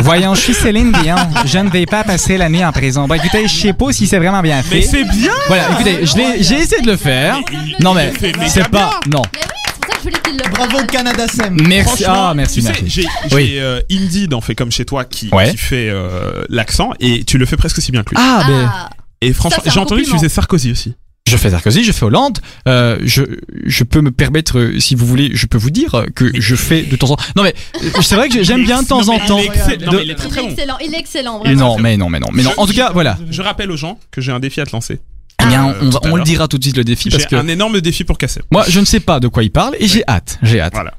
Speaker 1: Voyons, je suis Céline Dion. Je ne vais pas passer l'année en prison. Bah, écoutez, je sais pas si c'est vraiment bien fait.
Speaker 3: Mais c'est bien.
Speaker 1: Voilà, écoutez, je l'ai- j'ai essayé de le faire. Non mais
Speaker 3: fait méga
Speaker 1: c'est pas non.
Speaker 2: Mais oui, c'est pour ça que je voulais qu'il le
Speaker 4: Bravo Canada Sem.
Speaker 1: Merci. Ah, merci,
Speaker 3: tu sais,
Speaker 1: merci.
Speaker 3: j'ai
Speaker 1: Oui.
Speaker 3: j'ai, euh, Indeed en fait comme chez toi qui,
Speaker 1: Ouais.
Speaker 3: qui fait euh, l'accent et tu le fais presque aussi bien que lui.
Speaker 1: Ah, ben.
Speaker 2: Ah,
Speaker 3: et franchement,
Speaker 2: c'est un
Speaker 3: j'ai entendu que tu
Speaker 2: compliment.
Speaker 3: faisais Sarkozy aussi.
Speaker 1: Je fais Sarkozy, je fais Hollande. Euh, je, je peux me permettre, euh, si vous voulez, je peux vous dire que je fais de temps en temps. Non mais euh, c'est vrai que j'aime bien de temps en temps.
Speaker 3: Il est excell- non,
Speaker 1: de-
Speaker 3: mais il est très
Speaker 2: il
Speaker 3: très
Speaker 2: est
Speaker 3: bon.
Speaker 2: excellent, il est excellent.
Speaker 1: Et
Speaker 2: Vraiment.
Speaker 1: Non mais non mais non mais non. En tout cas voilà.
Speaker 3: Je rappelle aux gens que j'ai un défi à te lancer.
Speaker 1: Eh bien, on,
Speaker 3: Euh,
Speaker 1: va-
Speaker 3: tout à
Speaker 1: on le
Speaker 3: l'heure.
Speaker 1: dira tout de suite le défi parce
Speaker 3: J'ai
Speaker 1: que
Speaker 3: un énorme défi pour casser.
Speaker 1: moi je ne sais pas de quoi il parle et j'ai hâte, j'ai hâte.
Speaker 3: Voilà.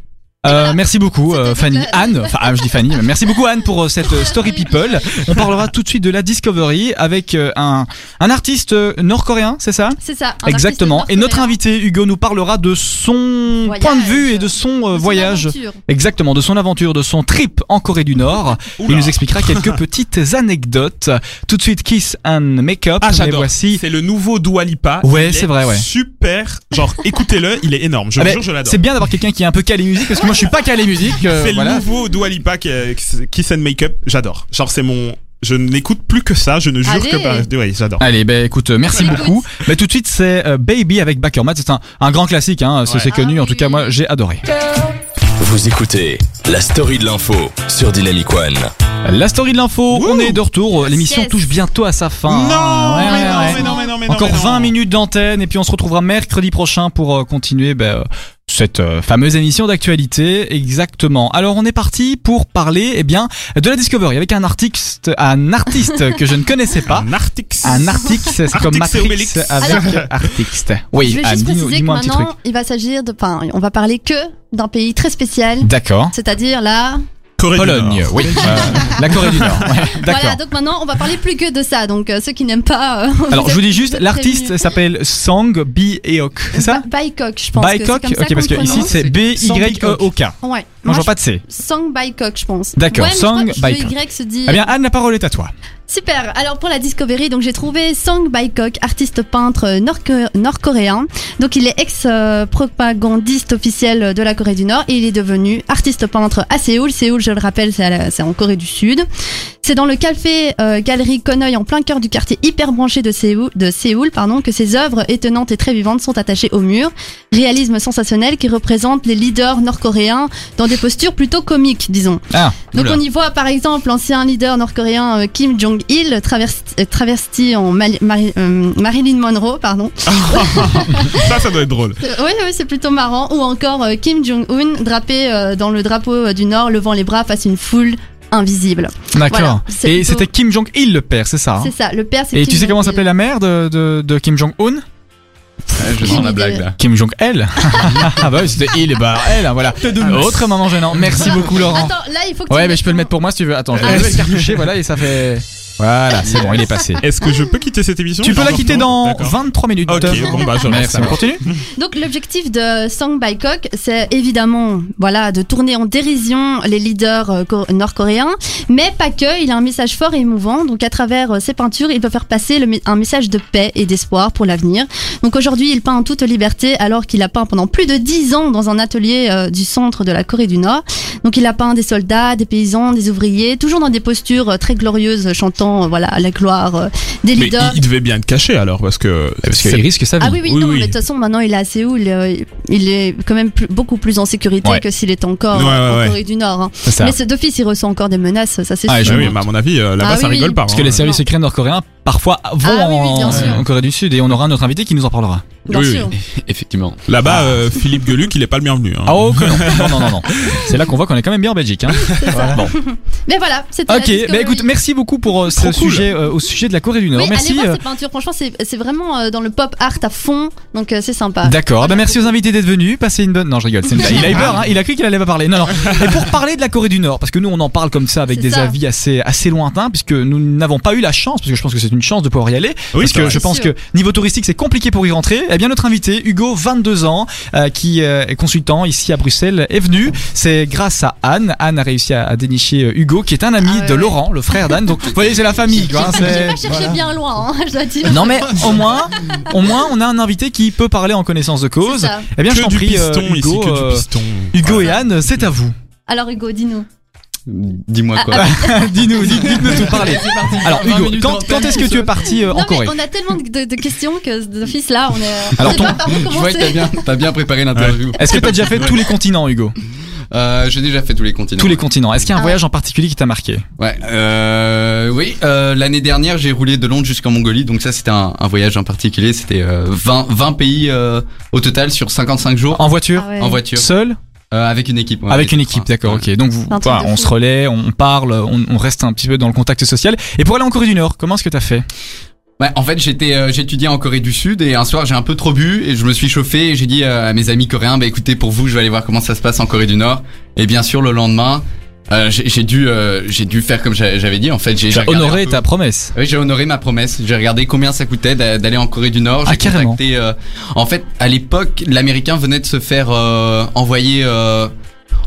Speaker 1: Euh, merci beaucoup
Speaker 2: C'était
Speaker 1: euh,
Speaker 2: donc
Speaker 1: Fanny,
Speaker 2: la-
Speaker 1: Anne, enfin ah, je dis Fanny, mais merci beaucoup Anne pour euh, cette euh, story people. On parlera tout de suite de la Discovery avec euh, un, un artiste euh, nord-coréen, c'est ça
Speaker 2: C'est ça. un
Speaker 1: Exactement.
Speaker 2: artiste hein.
Speaker 1: Et notre
Speaker 2: nord-coréen.
Speaker 1: invité, Hugo, nous parlera de son
Speaker 2: Voyage.
Speaker 1: point de vue et de son euh,
Speaker 2: Son
Speaker 1: voyage.
Speaker 2: aventure.
Speaker 1: Exactement, de son aventure, de son trip en Corée du Nord.
Speaker 3: Oula.
Speaker 1: Il nous expliquera
Speaker 3: (laughs)
Speaker 1: quelques petites anecdotes. Tout de suite, Kiss and Makeup.
Speaker 3: Ah,
Speaker 1: mais
Speaker 3: j'adore.
Speaker 1: voici.
Speaker 3: C'est le nouveau Dua Lipa.
Speaker 1: Ouais,
Speaker 3: Il
Speaker 1: c'est
Speaker 3: est
Speaker 1: vrai, ouais.
Speaker 3: Super. Genre, écoutez-le, il est énorme. Je
Speaker 1: Ah
Speaker 3: vous
Speaker 1: ben,
Speaker 3: jure, je l'adore.
Speaker 1: c'est bien d'avoir quelqu'un qui est un peu calé musique parce que moi je suis pas calé musique. euh,
Speaker 3: C'est le
Speaker 1: voilà.
Speaker 3: nouveau Dua Lipa qui est- qui- Kiss and Makeup. J'adore. Genre, c'est mon. Je n'écoute plus que ça. Je ne jure
Speaker 2: Allez.
Speaker 3: que par. Oui, j'adore.
Speaker 1: Allez, ben écoute, euh, merci
Speaker 2: Écoute.
Speaker 1: beaucoup. Mais tout de suite, c'est euh, Baby avec Backermat. C'est un, un grand classique, hein. c'est
Speaker 3: Ouais.
Speaker 1: c'est connu.
Speaker 2: Ah
Speaker 1: En tout cas,
Speaker 2: oui.
Speaker 1: moi j'ai adoré.
Speaker 6: Vous écoutez la story de l'info sur Dynamic One.
Speaker 1: La story de l'info,
Speaker 3: Wouh.
Speaker 1: on est de retour. L'émission
Speaker 2: Yes.
Speaker 1: touche bientôt à sa fin.
Speaker 3: Non,
Speaker 1: Ah, Ouais,
Speaker 3: mais
Speaker 1: ouais,
Speaker 3: non,
Speaker 1: ouais.
Speaker 3: mais non, mais non, mais non,
Speaker 1: Encore
Speaker 3: mais non.
Speaker 1: 20 minutes d'antenne et puis on se retrouvera mercredi prochain pour euh, continuer ben, euh, cette euh, fameuse émission d'actualité. Exactement. Alors on est parti pour parler eh bien de la Discovery avec un artiste, un artiste que je ne connaissais pas.
Speaker 3: Un artix.
Speaker 1: Un artiste, c'est comme
Speaker 3: Artix et
Speaker 1: Matrix
Speaker 3: Obélix.
Speaker 1: avec artiste.
Speaker 2: Je
Speaker 1: Oui,
Speaker 2: vais
Speaker 1: Anne,
Speaker 2: juste
Speaker 1: dis-nous
Speaker 2: préciser que
Speaker 1: dis-moi un petit truc.
Speaker 2: maintenant, il va s'agir de. Enfin, on va parler que d'un pays très spécial,
Speaker 1: D'accord.
Speaker 2: c'est-à-dire la.
Speaker 3: Corée du
Speaker 1: Pologne,
Speaker 2: (laughs)
Speaker 3: Nord.
Speaker 1: oui. Euh, la Corée du Nord. ouais, D'accord. Ah,
Speaker 2: Voilà, donc maintenant, on va parler plus que de ça. Donc, euh, ceux qui n'aiment pas. euh,
Speaker 1: Alors,
Speaker 2: vous
Speaker 1: je vous
Speaker 2: êtes-
Speaker 1: dis juste,
Speaker 2: êtes
Speaker 1: l'artiste
Speaker 2: prévenus.
Speaker 1: s'appelle Sang Bi-eok, c'est ça
Speaker 2: (laughs) Ba- Bangkok, je pense. que c'est
Speaker 1: Baekok
Speaker 2: comme ça
Speaker 1: Ok, parce que
Speaker 2: qu'on le
Speaker 1: ici
Speaker 2: prononce.
Speaker 1: c'est
Speaker 4: Sang
Speaker 1: B-Y-E-O-K. Moi,
Speaker 2: Ouais. Moi,
Speaker 1: je vois
Speaker 2: je-
Speaker 1: pas de C.
Speaker 2: Song Bangkok, je pense.
Speaker 1: D'accord,
Speaker 2: Ouais, mais je crois
Speaker 1: Song
Speaker 2: que le
Speaker 1: Bangkok.
Speaker 2: Y se dit.
Speaker 1: Eh bien, Anne, la parole est à toi.
Speaker 2: Super. Alors pour la Discovery, donc j'ai trouvé Song Baikok, artiste peintre euh, nord-co- nord-coréen. donc il est ex-propagandiste officiel de la Corée du Nord et il est devenu artiste peintre à Séoul. Séoul, je le rappelle, c'est à la- c'est en Corée du Sud. C'est dans le café euh, galerie Konoye en plein cœur du quartier hyper branché de Séoul, de Séoul pardon, que ses œuvres étonnantes et très vivantes sont attachées au mur. Réalisme sensationnel qui représente les leaders nord-coréens dans des postures plutôt comiques, disons.
Speaker 1: Ah,
Speaker 2: Donc
Speaker 1: oula.
Speaker 2: on y voit par exemple l'ancien leader nord-coréen euh, Kim Jong-il travesti, euh, travesti en Mali- Mari- euh, Marilyn Monroe, pardon.
Speaker 3: Ça, ça doit être drôle.
Speaker 2: Euh, Oui, oui, c'est plutôt marrant. Ou encore euh, Kim Jong-un drapé euh, dans le drapeau euh, du Nord, levant les bras face à une foule invisible.
Speaker 1: D'accord.
Speaker 2: voilà, c'est
Speaker 1: Et
Speaker 2: plutôt-
Speaker 1: c'était Kim Jong-il le père, c'est ça hein
Speaker 2: C'est ça, le père c'est
Speaker 1: Et
Speaker 2: Kim
Speaker 1: tu sais comment
Speaker 2: Jong-il.
Speaker 1: s'appelait la mère de, de, de Kim Jong-un
Speaker 5: je sens la blague là.
Speaker 1: Kim (laughs) Jong-el. ah bah oui, c'était il, bah elle, hein, voilà. Autre (laughs) moment gênant. Merci beaucoup, Laurent.
Speaker 2: Attends, là il faut que tu
Speaker 1: Oh.
Speaker 2: Ah,
Speaker 1: Ouais,
Speaker 2: me
Speaker 1: mais je peux le mettre pour moi si tu veux. Attends, je vais le cartoucher, voilà, et ça fait. Voilà, c'est bon, il est passé.
Speaker 3: Est-ce que je peux quitter cette émission
Speaker 1: Tu peux la quitter dans
Speaker 3: D'accord.
Speaker 1: 23 minutes.
Speaker 3: Ok, bon bah je reste.
Speaker 1: Merci. On
Speaker 3: alors.
Speaker 1: continue
Speaker 2: Donc l'objectif de Song by Cock, c'est évidemment voilà de tourner en dérision les leaders euh, cor- nord-coréens, mais pas que. Il a un message fort et émouvant. Donc à travers euh, ses peintures, il veut faire passer le mé- un message de paix et d'espoir pour l'avenir. Donc aujourd'hui, il peint en toute liberté, alors qu'il a peint pendant plus de 10 ans dans un atelier euh, du centre de la Corée du Nord. Donc il a peint des soldats, des paysans, des ouvriers, toujours dans des postures euh, très glorieuses, euh, chantant euh, voilà la gloire euh, des
Speaker 3: Mais
Speaker 2: leaders.
Speaker 3: il, il devait bien te cacher alors parce que
Speaker 1: Parce qu'il
Speaker 3: c'est-
Speaker 1: risque sa vie.
Speaker 2: Ah oui, oui,
Speaker 3: Oui,
Speaker 2: non,
Speaker 3: oui.
Speaker 2: mais de toute façon, maintenant, il est à Séoul. euh, Il est quand même plus- beaucoup plus en sécurité
Speaker 1: Ouais.
Speaker 2: que s'il est encore
Speaker 3: Ouais,
Speaker 2: euh, en
Speaker 3: ouais, ouais.
Speaker 2: Corée du Nord. hein.
Speaker 1: C'est ça.
Speaker 2: Mais c'est d'office, il ressent encore des menaces, ça c'est
Speaker 1: Ah,
Speaker 3: Bah
Speaker 2: sûr.
Speaker 3: oui, mais à mon avis euh, là-bas
Speaker 2: Ah
Speaker 3: ça
Speaker 2: oui,
Speaker 3: rigole
Speaker 2: oui.
Speaker 3: pas.
Speaker 1: Parce que
Speaker 3: hein.
Speaker 1: les services secrets nord-coréens parfois vont
Speaker 2: Ah oui, oui,
Speaker 1: en, euh,
Speaker 2: bien sûr.
Speaker 1: en Corée du Sud et on aura notre invité qui nous en parlera.
Speaker 2: hein, Bien
Speaker 5: Oui,
Speaker 2: sûr.
Speaker 5: Effectivement.
Speaker 3: Là-bas euh, Philippe Geluc il est pas le bienvenu. hein.
Speaker 1: Ah oh que non, (laughs) non, non, non, non. C'est là qu'on voit qu'on est quand même bien en Belgique. Hein. Bon.
Speaker 2: Mais voilà, c'était la
Speaker 1: Ok, bah
Speaker 2: discovery.
Speaker 1: écoute, merci beaucoup pour euh, ce
Speaker 3: Trop cool.
Speaker 1: sujet, euh, au sujet de la Corée du
Speaker 2: Oui,
Speaker 1: Nord.
Speaker 2: allez
Speaker 1: merci.
Speaker 2: voir
Speaker 1: euh,
Speaker 2: ces peintures, franchement, c'est c'est vraiment euh, dans le pop art à fond, donc euh, c'est sympa.
Speaker 1: D'accord. Ah Bah merci aux invités d'être venus. Passez une bonne. Non, je rigole. C'est une
Speaker 3: (laughs)
Speaker 1: blague. Il a eu peur. hein. Il a cru qu'il allait pas parler. Non, non. Et pour parler de la Corée du Nord, parce que nous, on en parle comme ça avec
Speaker 2: C'est
Speaker 1: des
Speaker 2: ça.
Speaker 1: avis assez assez lointains, puisque nous n'avons pas eu la chance, parce que je pense que c'est une chance de pouvoir y aller.
Speaker 3: Oui,
Speaker 1: parce
Speaker 3: c'est
Speaker 1: que
Speaker 3: vrai.
Speaker 1: je pense
Speaker 2: Sûr.
Speaker 1: que niveau touristique, c'est compliqué pour y rentrer. Eh bien, notre invité Hugo, 22 ans, euh, qui euh, est consultant ici à Bruxelles, est venu. C'est grâce à Anne. Anne a réussi à, à dénicher euh, Hugo, qui est un ami
Speaker 2: Ah ouais,
Speaker 1: de
Speaker 2: ouais.
Speaker 1: Laurent, le frère d'Anne. Donc,
Speaker 2: (laughs)
Speaker 1: vous voyez, c'est la famille. quoi, hein,
Speaker 2: J'ai
Speaker 1: c'est-
Speaker 2: pas cherché
Speaker 1: voilà.
Speaker 2: bien loin, hein, (laughs) je dois dire.
Speaker 1: Non mais (laughs) au moins, au moins on a un invité qui peut parler en connaissance de
Speaker 2: C'est
Speaker 1: cause.
Speaker 2: ça.
Speaker 1: Eh bien je
Speaker 3: que
Speaker 1: t'en
Speaker 3: du
Speaker 1: prie, euh,
Speaker 3: piston ici,
Speaker 1: Hugo,
Speaker 3: que
Speaker 1: euh,
Speaker 3: du piston.
Speaker 1: Hugo et Anne, c'est à vous.
Speaker 2: Alors Hugo, dis-nous.
Speaker 5: (laughs) Dis-moi
Speaker 2: Ah,
Speaker 5: quoi.
Speaker 1: dis-nous, dis- (laughs) dites-nous tout parler. Alors
Speaker 5: 20
Speaker 1: Hugo,
Speaker 5: minutes
Speaker 1: quand,
Speaker 5: d'antenne,
Speaker 1: quand est-ce que tu es parti euh, en
Speaker 2: non mais
Speaker 1: Corée
Speaker 2: on a tellement de, de- de questions que d'office là, on est. euh,
Speaker 1: Alors,
Speaker 2: on sait
Speaker 1: ton-
Speaker 2: pas par où
Speaker 5: Je vois que t'as
Speaker 2: commencer.
Speaker 5: bien, t'as bien préparé l'interview.
Speaker 1: Est-ce que t'as déjà fait tous les continents, Hugo
Speaker 5: Euh, J'ai déjà fait tous les continents.
Speaker 1: Tous les continents. Est-ce qu'il y a un
Speaker 2: Ah.
Speaker 1: voyage en particulier qui t'a marqué
Speaker 5: Ouais. Euh, oui. Euh, L'année dernière, j'ai roulé de Londres jusqu'en Mongolie, donc ça c'était un, un voyage en particulier. C'était euh, 20, 20 pays euh, au total sur 55 jours
Speaker 1: En voiture
Speaker 2: Ah ouais.
Speaker 5: en voiture,
Speaker 1: Seul
Speaker 5: Euh, avec une équipe. ouais,
Speaker 1: Avec une équipe, d'accord, ok. Donc vous,
Speaker 2: C'est un truc
Speaker 1: voilà,
Speaker 2: de
Speaker 1: on
Speaker 2: fou.
Speaker 1: se relaie, on parle, on, on reste un petit peu dans le contact social. Et pour aller en Corée du Nord, comment est-ce que t'as fait
Speaker 5: Ouais, en fait, j'étais, euh, j'étudiais en Corée du Sud et un soir, j'ai un peu trop bu et je me suis chauffé et j'ai dit euh, à mes amis coréens, bah écoutez, pour vous, je vais aller voir comment ça se passe en Corée du Nord. Et bien sûr, le lendemain, euh, j'ai, j'ai dû, euh, j'ai dû faire comme j'a- j'avais dit. En fait, j'ai, j'ai
Speaker 1: T'as
Speaker 5: regardé
Speaker 1: honoré
Speaker 5: un peu-
Speaker 1: ta promesse.
Speaker 5: Ah Oui, j'ai honoré ma promesse. J'ai regardé combien ça coûtait d'a- d'aller en Corée du Nord.
Speaker 1: Ah,
Speaker 5: J'ai
Speaker 1: carrément.
Speaker 5: contacté. euh, en fait, à l'époque, l'américain venait de se faire euh, envoyer euh,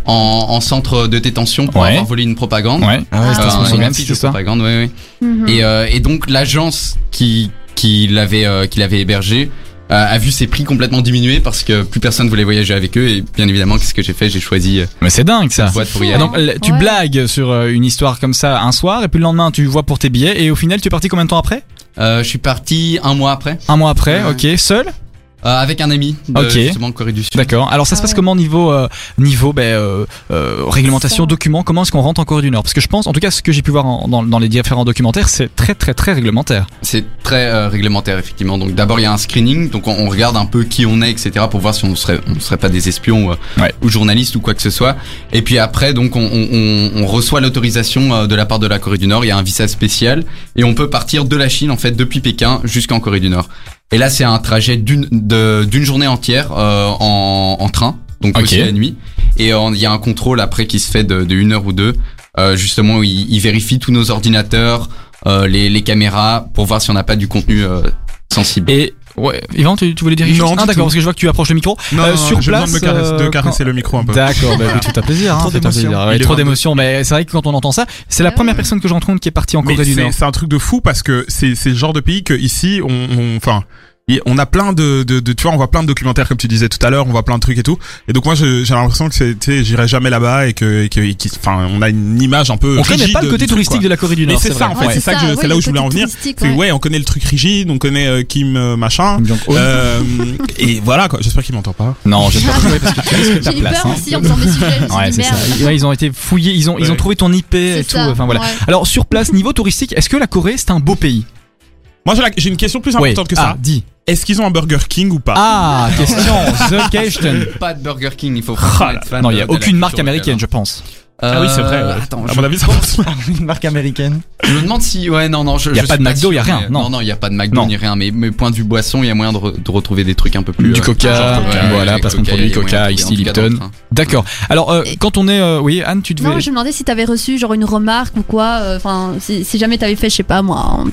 Speaker 5: en, en centre de détention pour
Speaker 1: Ouais.
Speaker 5: avoir volé une propagande.
Speaker 1: Ah Ouais.
Speaker 2: ouais,
Speaker 5: Euh,
Speaker 2: c'était
Speaker 5: un-
Speaker 2: son
Speaker 5: une
Speaker 1: slogan,
Speaker 5: affiche
Speaker 1: c'est
Speaker 5: de
Speaker 1: ça
Speaker 5: propagande, oui, oui.
Speaker 2: Mhm.
Speaker 5: Et, euh, et donc l'agence qui qui l'avait euh, qui l'avait hébergé euh, a vu ses prix complètement diminuer parce que plus personne voulait voyager avec eux et bien évidemment qu'est-ce que j'ai fait j'ai choisi euh,
Speaker 1: Mais c'est dingue ça.
Speaker 5: cette boîte pour y
Speaker 1: Ah
Speaker 5: aller.
Speaker 1: donc, l- tu
Speaker 2: Ouais.
Speaker 1: blagues sur euh, une histoire comme ça un soir, et puis le lendemain, tu vois pour tes billets, et au final, tu es parti combien de temps après
Speaker 5: Euh, je suis parti un mois après
Speaker 1: Un mois après,
Speaker 5: Ouais.
Speaker 1: ok, seul
Speaker 5: euh, avec un ami de,
Speaker 1: Ok. Bah,
Speaker 5: justement de Corée du Sud.
Speaker 1: D'accord. Alors, ça se
Speaker 2: Ah
Speaker 1: passe
Speaker 2: ouais.
Speaker 1: comment niveau, euh, niveau ben, euh, euh, réglementation, documents Comment est-ce qu'on rentre en Corée du Nord Parce que je pense, en tout cas, ce que j'ai pu voir en- dans, dans les différents documentaires, c'est très, très, très réglementaire.
Speaker 5: C'est très euh, réglementaire effectivement. Donc d'abord il y a un screening, donc on, on regarde un peu qui on est, etc. pour voir si on serait on serait pas des espions euh,
Speaker 1: Ouais.
Speaker 5: ou journalistes ou quoi que ce soit. Et puis après donc on, on- on- on reçoit l'autorisation euh, de la part de la Corée du Nord. Il y a un visa spécial et on peut partir de la Chine en fait depuis Pékin jusqu'en Corée du Nord. Et là c'est un trajet d'une de- d'une journée entière euh, en, en train, donc
Speaker 1: Ok.
Speaker 5: aussi la nuit. Et euh, il y a un contrôle après qui se fait de, de une heure ou deux. Euh, justement, il, il vérifie tous nos ordinateurs, euh, les, les caméras, pour voir si on n'a pas du contenu euh, sensible.
Speaker 1: Et. Ouais, Yvan, tu, tu voulais dire quelque
Speaker 3: Non,
Speaker 1: chose
Speaker 3: du
Speaker 1: Ah,
Speaker 3: tout.
Speaker 1: d'accord, parce que je vois que tu approches le micro.
Speaker 3: Non,
Speaker 1: Euh,
Speaker 3: non, non,
Speaker 1: sur
Speaker 3: je
Speaker 1: place,
Speaker 3: demande de caresser, de
Speaker 1: euh,
Speaker 3: caresser
Speaker 1: quand-
Speaker 3: le micro un peu.
Speaker 1: D'accord, bah, écoute, tout à plaisir. hein,
Speaker 4: Trop
Speaker 1: fais-toi
Speaker 4: d'émotions.
Speaker 1: plaisir. Ouais,
Speaker 3: Il est
Speaker 1: trop
Speaker 3: 22.
Speaker 1: d'émotions, mais c'est vrai que quand on entend ça, c'est la
Speaker 2: Ah ouais.
Speaker 1: première personne que je rencontre qui est partie en
Speaker 3: Mais
Speaker 1: Corée du
Speaker 3: c'est-
Speaker 1: Nord.
Speaker 3: C'est un truc de fou parce que c'est c'est le genre de pays que ici on- on enfin y- on a plein de, de, de- tu vois on voit plein de documentaires comme tu disais tout à l'heure on voit plein de trucs et tout et donc moi je- j'ai l'impression que c'est tu sais, j'irai jamais là-bas et que et que et qu'il- enfin on a une image un peu
Speaker 1: On
Speaker 3: rigide
Speaker 1: connaît pas le
Speaker 3: du
Speaker 1: côté
Speaker 3: truc,
Speaker 1: touristique
Speaker 3: quoi.
Speaker 1: de la Corée du
Speaker 3: Mais
Speaker 1: Nord.
Speaker 3: c'est ça, en fait,
Speaker 1: ouais.
Speaker 3: c'est ça que je-
Speaker 2: ouais,
Speaker 3: c'est là
Speaker 2: le
Speaker 3: où je voulais
Speaker 2: côté
Speaker 3: en venir.
Speaker 2: touristique,
Speaker 3: C'est,
Speaker 2: ouais.
Speaker 3: ouais on connaît le truc rigide on connaît euh, Kim euh, machin
Speaker 1: Donc, on-
Speaker 3: euh, et voilà quoi j'espère qu'il m'entend pas
Speaker 1: Non, j'espère pas trouver parce que tu risques ta
Speaker 2: J'ai eu
Speaker 1: place.
Speaker 2: peur
Speaker 1: hein.
Speaker 2: aussi en faisant des sujets, je me suis
Speaker 1: Ouais, (laughs)
Speaker 2: dit,
Speaker 1: c'est
Speaker 2: merde.
Speaker 1: ça. Ouais, ils ont été fouillés, ils ont, ils ont
Speaker 3: Ouais.
Speaker 1: trouvé ton IP
Speaker 2: C'est
Speaker 1: et tout.
Speaker 2: ça,
Speaker 1: Enfin voilà.
Speaker 2: ouais.
Speaker 1: Alors sur place, niveau touristique, est-ce que la Corée c'est un beau pays
Speaker 3: moi j'ai la- j'ai une question plus
Speaker 1: Ouais.
Speaker 3: importante que
Speaker 1: Ah,
Speaker 3: ça
Speaker 1: dis.
Speaker 3: est-ce qu'ils ont un Burger King ou pas
Speaker 1: Ah, question. The question.
Speaker 5: Pas de Burger King, il faut
Speaker 1: Ah
Speaker 5: vraiment
Speaker 1: là
Speaker 5: être
Speaker 1: là.
Speaker 5: fan
Speaker 1: Non,
Speaker 5: de-
Speaker 1: il y a
Speaker 5: de la
Speaker 1: aucune marque
Speaker 5: culture
Speaker 1: américaine,
Speaker 5: locale,
Speaker 1: je bah, pense.
Speaker 5: hein. Ah
Speaker 3: oui, c'est vrai, ouais.
Speaker 5: Attends,
Speaker 3: À
Speaker 5: je,
Speaker 3: mon avis, ça pense.
Speaker 4: Une marque américaine.
Speaker 5: je me demande si. Ouais, non, non. Je,
Speaker 1: Y a
Speaker 5: je
Speaker 1: pas
Speaker 5: suis
Speaker 1: de McDo,
Speaker 5: sûr,
Speaker 1: y a rien,
Speaker 5: mais-
Speaker 1: non.
Speaker 5: non, il y a pas de McDo
Speaker 1: Non.
Speaker 5: ni rien. Mais, mais point du boisson, il y a moyen de, re- de retrouver des trucs un peu plus.
Speaker 1: Du
Speaker 5: euh,
Speaker 1: Coca,
Speaker 5: genre, ouais,
Speaker 1: voilà,
Speaker 5: ouais,
Speaker 1: parce qu'on
Speaker 5: Coca,
Speaker 1: produit
Speaker 5: il y a moyen
Speaker 1: Coca,
Speaker 5: de
Speaker 1: Ice
Speaker 5: trouver, en
Speaker 1: Tea,
Speaker 5: tout cas, dans
Speaker 1: Lipton.
Speaker 5: le train.
Speaker 1: D'accord. Alors, euh, quand on est, euh, oui, Anne, tu devais.
Speaker 2: Non, je me demandais si t'avais reçu genre une remarque ou quoi. euh, Enfin, si, si jamais t'avais fait, je sais pas moi. un-